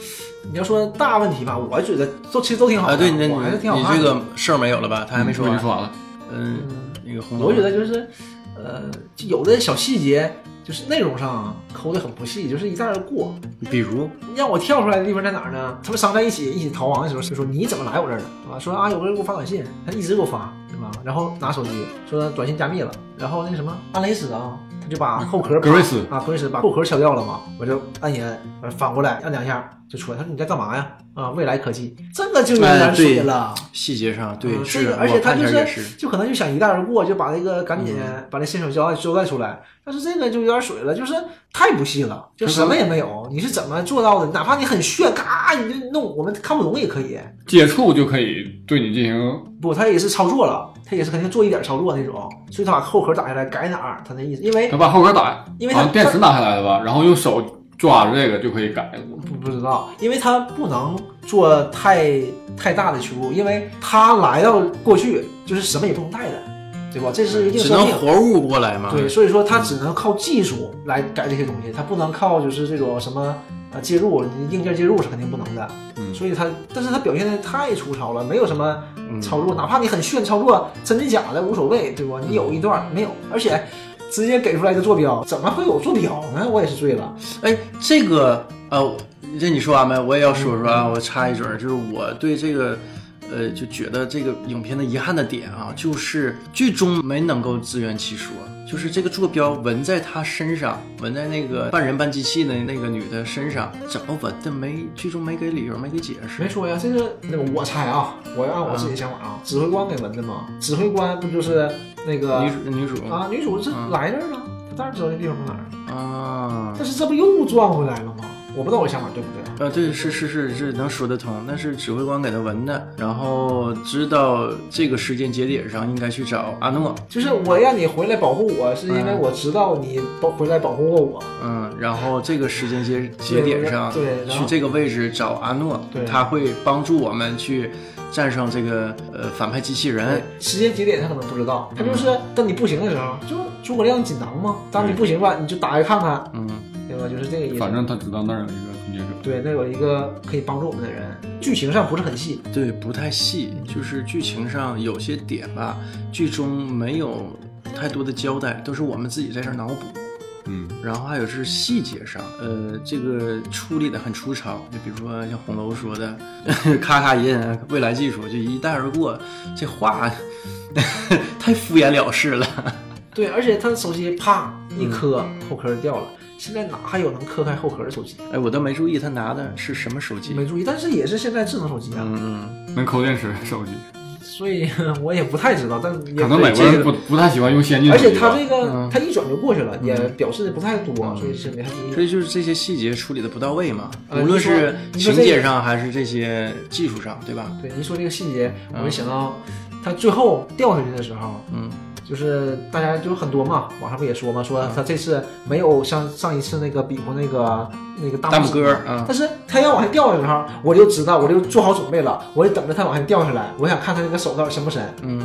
B: 你要说大问题吧，我觉得都其实都挺好
A: 啊，
B: 的，
A: 对，那
B: 我还是
A: 你
B: 挺好
A: 你
B: 看的。
A: 这个事儿没有了吧？》，他
B: 哎
A: 还没说
C: 完，
A: 完
C: 没。说完了。
A: 嗯，
B: 嗯，
A: 那个红楼，
B: 我觉得就是，呃，就有的小细节，就是内容上抠的很不细，就是一带而过。
A: 比如，
B: 让我跳出来的地方在哪儿呢？他们商在一起一起逃亡的时候，就说你怎么来我这儿了？啊，说啊有个人给我发短信，他一直给我发，对吧？然后拿手机说短信加密了，然后那什么安雷斯啊，他就把后壳
C: 格瑞斯
B: 啊格瑞斯把后壳敲掉了嘛，我就按一按，完反过来按两下就出来。他说你在干嘛呀？啊，未来科技这个就有
C: 哎
B: 点水了。
A: 细节上，对，
B: 嗯这
A: 是，
B: 个而且
A: 我
B: 他
A: 看
B: 就
A: 这儿也
B: 是就可能就想一带而过，就把这个赶紧把这线索交代交代出来。但是这个就有点水了，就是太不细了，就什么也没有。你是怎么做到的？哪怕你很炫，嘎你就弄，我们看不懂也可以。
C: 接触就可以对你进行，
B: 不，他也是操作了，他也是肯定做一点操作那种，所以他把后壳打下来改哪儿，他那意思，因为
C: 他把后壳打，
B: 因为
C: 好
B: 他
C: 像电池拿下来了吧，然后用手抓着这个就可以改。
B: 不不知道，因为他不能做太太大的曲入，因为他来到过去就是什么也不能带的，对吧？这是一定
A: 只
B: 设
A: 能
B: 定。
A: 活物过来嘛。
B: 对，，所以说他只能靠技术来改这些东西，他不能靠就是这种什么呃介入，硬件介入是肯定不能的。
C: 嗯
B: 所以他，但是他表现的太粗糙了，没有什么
A: 嗯，
B: 操作，哪怕你很炫操作，真的假的无所谓，对吧？你有一段没有，而且直接给出来的坐标，怎么会有坐标呢？我也是醉了。
A: 哎，这个呃，这你说完没？我也要说说啊，我插一嘴儿，就是我对这个。呃，就觉得这个影片的遗憾的点啊，就是最终没能够自圆其说，就是这个坐标纹在她身上，纹在那个半人半机器的那个女的身上，怎么纹的没剧中没给理由，没给解释
B: 没。说呀，这个那个我猜啊，我要按我自
A: 嗯
B: 己的想法啊，指挥官给纹的嘛，指挥官不就是那个
A: 女主女主
B: 啊，女主这
A: 嗯
B: 来这儿了，她当然知道这地方在哪儿，
A: 啊
B: 但是这不又转回来了吗？我不知道我想法对不啊对，
A: 呃，对，是是是是能说得通，那是指挥官给他纹的，然后知道这个时间节点上应该去找阿诺，
B: 就是我让你回来保护我，是因为
A: 嗯
B: 我知道你保回来保护过我，
A: 嗯，然后这个时间节节点上，
B: 对然
A: 去
B: 后
A: 这个位置找阿诺
B: 对，
A: 他会帮助我们去战胜这个呃反派机器人。
B: 哎时间节点他可能不知道，他就是当你不行的时候，就诸葛亮锦囊嘛，当你不行了，你就打开看看，
A: 嗯，
B: 对吧？就是这个意思。
C: 反正他知道那儿有一个终结者，
B: 对，那有一个可以帮助我们的人，剧情上不是很细，
A: 对，不太细，就是剧情上有些点吧，剧中没有太多的交代，都是我们自己在这儿脑补。
C: 嗯，
A: 然后还有是细节上，呃，这个处理的很粗糙，就比如说像红楼说的， 咔咔印未来技术就一带而过，这话 太敷衍了事了。
B: 对，而且他手机啪一磕，后壳掉了。现在哪还有能磕开后壳的手机？
A: 哎，我都没注意他拿的是什么手机。
B: 没注意，但是也是现在智能手机啊，
A: 嗯，
C: 能抠电池的手机，
B: 所以 我也不太知道，但也
C: 可能美国
B: 这
C: 人
B: 个
C: 不不太喜欢用先进
B: 而
C: 手
B: 且
C: 机吧。
B: 他这个
A: 嗯
B: 他一转就过去了，也表示的不太多，所以是没太注
A: 所
B: 意。
A: 以就是这些细节处理的不到位嘛，
B: 嗯呃
A: 无论是情
B: 你说你说这个
A: 节上还是这些技术上，对吧？
B: 对，一说这个细节，我就
A: 嗯
B: 想到他最后掉下去的时候，
A: 嗯
B: 就是大家就很多嘛，网上不也说嘛，说他这次没有像上一次那个比划那个那个
A: 大
B: 大
A: 拇
B: 拇指
A: 哥儿嗯
B: 但是他要往下掉的时候，我就知道，我就做好准备了，我就等着他往下掉下来，我想看他那个手到底深不深。
A: 嗯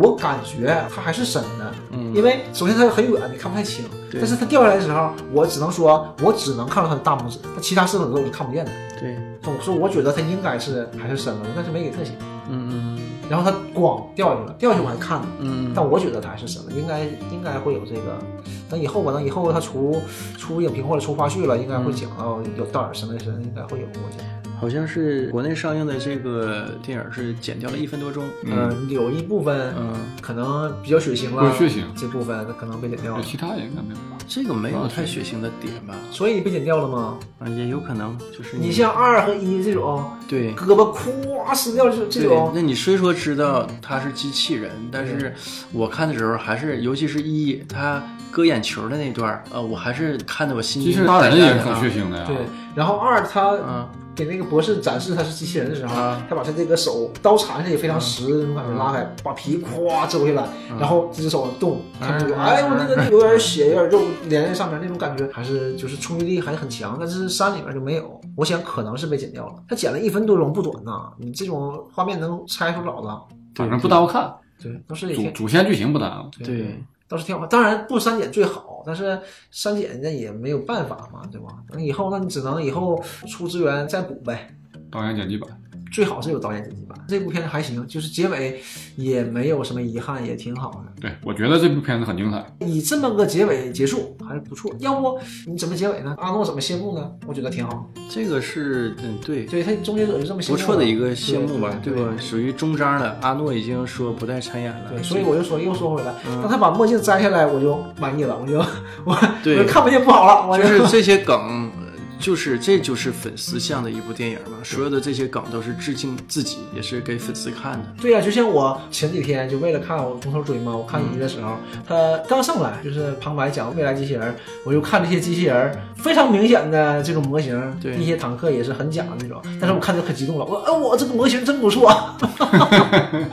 B: 我感觉他还是深的，因
A: 嗯，
B: 为首先它很远，你看不太清，
A: 对
B: 但是它掉下来的时候，我只能说，我只能看到他的大拇指，那其他四个我是看不见的。
A: 对，
B: 我说我觉得他应该是还是深了，但是没给特写。
A: 嗯
B: 然后他咣掉下去了，掉下去我还看呢。
A: 嗯
B: 但我觉得他还是神了，应该应该会有这个。等以后吧，等以后他出出影评或者出花絮了，应该会讲到有到点神没神，应该会有。我觉得
A: 嗯，好像是国内上映的这个电影是剪掉了一分多钟。
C: 嗯，
B: 呃，有一部分
A: 嗯，
B: 可能比较血腥
C: 不
B: 了，
C: 是血腥
B: 这部分可能被剪掉了
C: 对，其他也应该没有吧。
A: 这个没有
B: 啊
A: 太血腥的点吧？
B: 所以你被剪掉了吗？
A: 啊，也有可能就是
B: 你像二和一这种
A: 对
B: 胳膊咵撕掉这这
A: 嗯对，
B: 种，
A: 那你虽说知道他是机器人，但是我看的时候还是，尤其是一他割眼球的那段儿，呃，我还是看得我心
C: 其
A: 惊
C: 实
A: 胆
C: 杀
A: 战
C: 人也是
A: 的
C: 很
A: 啊。
C: 血腥的呀。
B: 对，然后二他
A: 啊，
B: 给那个博士展示他是机器人的时候，
A: 啊嗯
B: 他把他这个手刀缠上也非常实，那种感觉拉开，把皮咵折回来，然后这只手动，看这个，
A: 嗯
B: 哎，我那个那个有点血，有点肉连在上面，那种感觉还是就是冲击力还很强，但是山里面就没有。我想可能是被剪掉了，他剪了一分多钟不短呐，你这种画面能拆出老的，
C: 反正不耽误看，
B: 对，都是一
C: 主
B: 天。
C: 主线剧情不耽误。
A: 对，
B: 倒是挺好。当然不删减最好，但是删减那也没有办法嘛，对吧？等以后那你只能以后出资源再补呗。
C: 导演剪辑版，
B: 最好是有导演剪辑版，这部片子还行，就是结尾也没有什么遗憾，也挺好的。
C: 对我觉得这部片子很精彩。
B: 以这么个结尾结束还是不错，要不你怎么结尾呢？阿诺怎么谢幕呢？我觉得挺好。
A: 这个是嗯对
B: 对他终结者就这么谢
A: 不
B: 幕
A: 错的一个
B: 对
A: 谢幕吧，
B: 对
A: 对吧？属于终章了。阿诺已经说不再参演了，
B: 对，所以我就说又说回来，
A: 嗯
B: 当他把墨镜摘下来，我就满意了，我就我
A: 对
B: 我看不见不好了，我
A: 就是这些梗，呃就是这就是粉丝向的一部电影嘛，所有的这些梗都是致敬自己，也是给粉丝看的。
B: 对呀、就像我前几天就为了看我从头追嘛，我看一的时候，
A: 嗯
B: 他刚上来就是旁白讲未来机器人，我就看这些机器人非常明显的这种模型，
A: 对嗯
B: 一些坦克也是很假的那种，但是我看着可激动了，我说哎我这个模型真不错，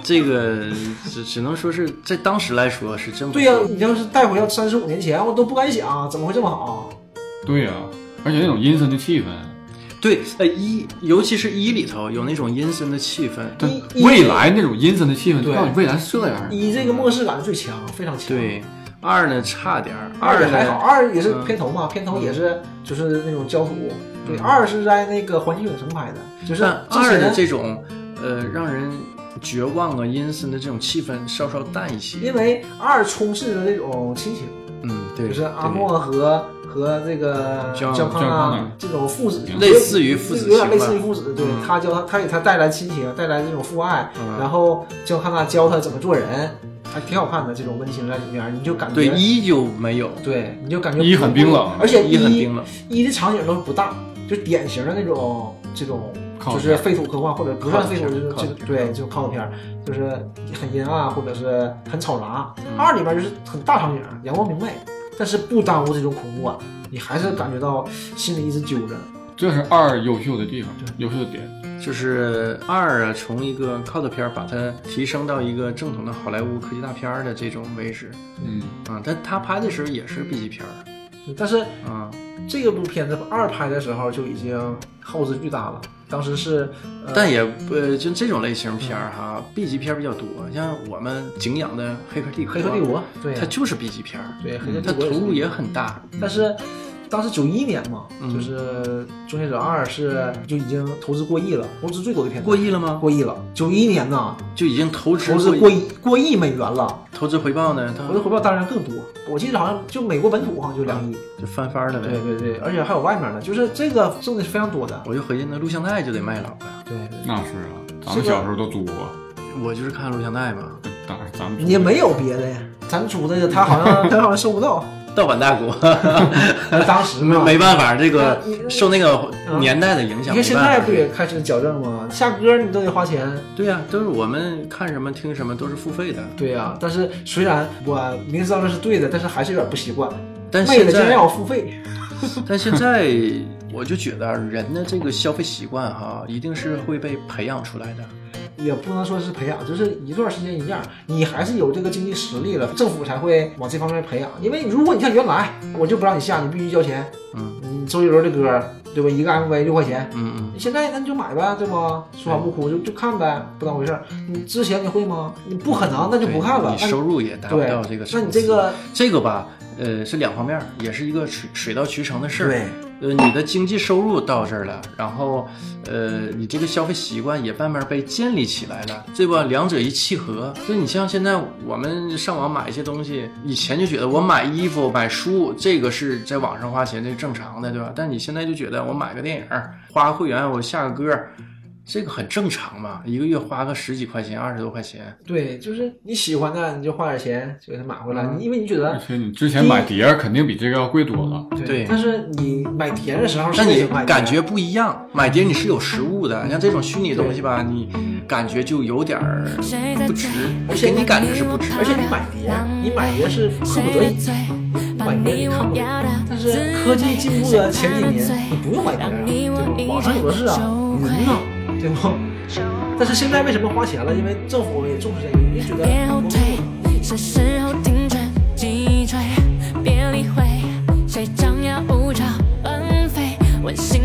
A: 这个只只能说是在当时来说是真不
B: 对呀、
A: 错
B: 你要是带回到三十五年前，我都不敢想怎么会这么好，
C: 对呀、而且那种阴森的气氛，
A: 对，呃一，尤其是一里头有那种阴森的气氛，
C: 但
B: 一
C: 未来那种阴森的气氛，
B: 对
C: 到底未来是这样的？
B: 一这个末世感最强，非常强，，
A: 嗯对。二呢差点儿，
B: 二也
A: 呢
B: 还好，二也是
A: 嗯
B: 片头嘛，片头也是就是那种焦土，对，二是在那个环球影城拍的，就是
A: 但
B: 之前
A: 二的这种呃让人绝望啊、阴森的这种气氛稍稍淡一些。
B: 因为二充斥着那种亲情，
A: 嗯，对，
B: 就是阿
A: 对
B: 莫和和这个
A: 江
B: 江康
C: 江
B: 啊
C: 康
B: 这种父子，
A: 类似于父子
B: 有点
A: 情
B: 类似于
A: 吧。
B: 父子，对
A: 嗯
B: 他教他，他给他带来亲情，带来这种父爱，
A: 嗯
B: 然后江康纳教他怎么做人，还挺好看的这种温情在里面，你就感觉
A: 对一就没有，
B: 对你就感觉
C: 一很冰冷
B: 而且
A: 一很冰冷。
B: 一的场景都不大，就典型的那种这种
C: 靠
B: 就是废土科幻或者不算废土，
A: 靠片靠嗯
B: 就是这个
A: 片
B: 对就靠片儿，就是很阴暗啊或者是很嘈杂。
A: 嗯
B: 二里面就是很大场景，阳光明媚，但是不耽误这种恐怖感，你还是感觉到心里一直揪着。
C: 这是二优秀的地方，优秀的点。
A: 就是二啊，从一个 cult 片儿把它提升到一个正统的好莱坞科技大片儿的这种位置
C: 嗯，
A: 啊、但他拍的时候也是 B 级片儿
B: 但是
A: 啊、
B: 这个部片子二拍的时候就已经耗资巨大了，当时是，呃、
A: 但也呃，就这种类型片儿哈、b 级片儿比较多。像我们敬仰的《黑客帝国》，
B: 黑客帝国，对呀
A: 它就是 B 级片儿，
B: 对黑客帝
A: 它
B: 国
A: 投
B: 也是
A: 入也很大。
B: 但是当时九一年嘛，
A: 嗯
B: 就是《终结者二》是就已经投资过亿了，投资最多的片子，
A: 过亿了吗？
B: 过亿了。九一年呐，
A: 就已经投资
B: 投资
A: 过
B: 过亿嗯过亿美元了，
A: 投资回报呢，
B: 我的
A: 它
B: 回报当然更多。我记得好像就美国本土好像就两亿，
A: 就翻番儿了
B: 嗯对
A: 呗。
B: 对对，而且还有外面的，就是这个挣的是非常多的。
A: 我就合计那录像带就得卖老了，
B: 对对
C: 那是啊，咱们小时候都租过，
A: 我就是看录像带嘛，
C: 当然咱们
B: 对，也没有别的呀，咱出的他好 像他好像收不到，
A: 盗版大国。
B: 啊当时
A: 没
B: 嘛。
A: 没办法，这个
B: 那你
A: 受那个年代的影
B: 啊你
A: 响，
B: 看现
A: 没办
B: 在
A: 法
B: 不也开始矫正吗？下歌你都得花钱。
A: 对呀、都是我们看什么听什么都是付费的，
B: 对呀、但是虽然我明知道这是对的，但是还是有点不习惯。
A: 但
B: 为
A: 现
B: 了竟然
A: 在
B: 让我付费，
A: 但现在我就觉得人的这个消费习惯哈、一定是会被培养出来的。
B: 也不能说是培养，就是一段时间一样，你还是有这个经济实力了，政府才会往这方面培养。因为如果你像原来，我就不让你下，你必须交钱。
A: 嗯
B: 嗯，周杰伦的歌，对吧？一个 MV 六块钱。
A: 嗯嗯，
B: 现在那你就买呗，对吗？说法不哭就就看呗，不当回事儿。你之前你会吗？你不可能，那就不看了。
A: 对你
B: 那你
A: 收入也达不
B: 对
A: 到这个，
B: 那你这个
A: 这个吧，呃，是两方面儿，也是一个水水到渠成的事儿。
B: 对，
A: 呃，你的经济收入到这儿了，然后，呃，你这个消费习惯也慢慢被建立起来了，对吧？两者一契合，就你像现在我们上网买一些东西，以前就觉得我买衣服、买书，这个是在网上花钱，这是正常的，对吧？但你现在就觉得我买个电影儿，花个会员，我下个歌儿，这个很正常嘛，一个月花个十几块钱、二十多块钱，
B: 对，就是你喜欢的你就花点钱就给它买回来，
A: 嗯
B: 你因为你觉得
C: 而且你之前买碟儿肯定比这个要贵多了。
A: 对
B: 但是你买碟的时候，
A: 那
B: 是
A: 你
B: 买碟
A: 感觉不一样。买碟你是有实物的，像这种虚拟的东西吧，你感觉就有点儿不值，
B: 而且
A: 给你感觉是不值。
B: 而且你买碟，你买碟是
D: 恨
B: 恨
D: 不
B: 不
D: 得
B: 得
D: 你
B: 已，
D: 买碟看不得但
B: 但
D: 是
B: 是
D: 科
B: 科
D: 技
B: 技进
D: 进步
B: 步
D: 的
B: 的
D: 前
B: 前
D: 几
B: 几
D: 年
B: 年，
D: 你
B: 你
D: 不
B: 不
D: 用
B: 用
D: 买
B: 买
D: 碟
B: 碟
D: 啊
B: 啊，，对吧？
D: 对吧网
B: 网
D: 上
B: 上
D: 有
B: 有的
D: 的是
B: 是
D: 啊
B: 啊，，云
D: 云呢
B: 呢？，对不？但是现在为什么花钱了？因为政府也重视这个，也觉得
D: 别后退，是时候停止击锤，别理会，谁张牙舞爪乱飞，玩心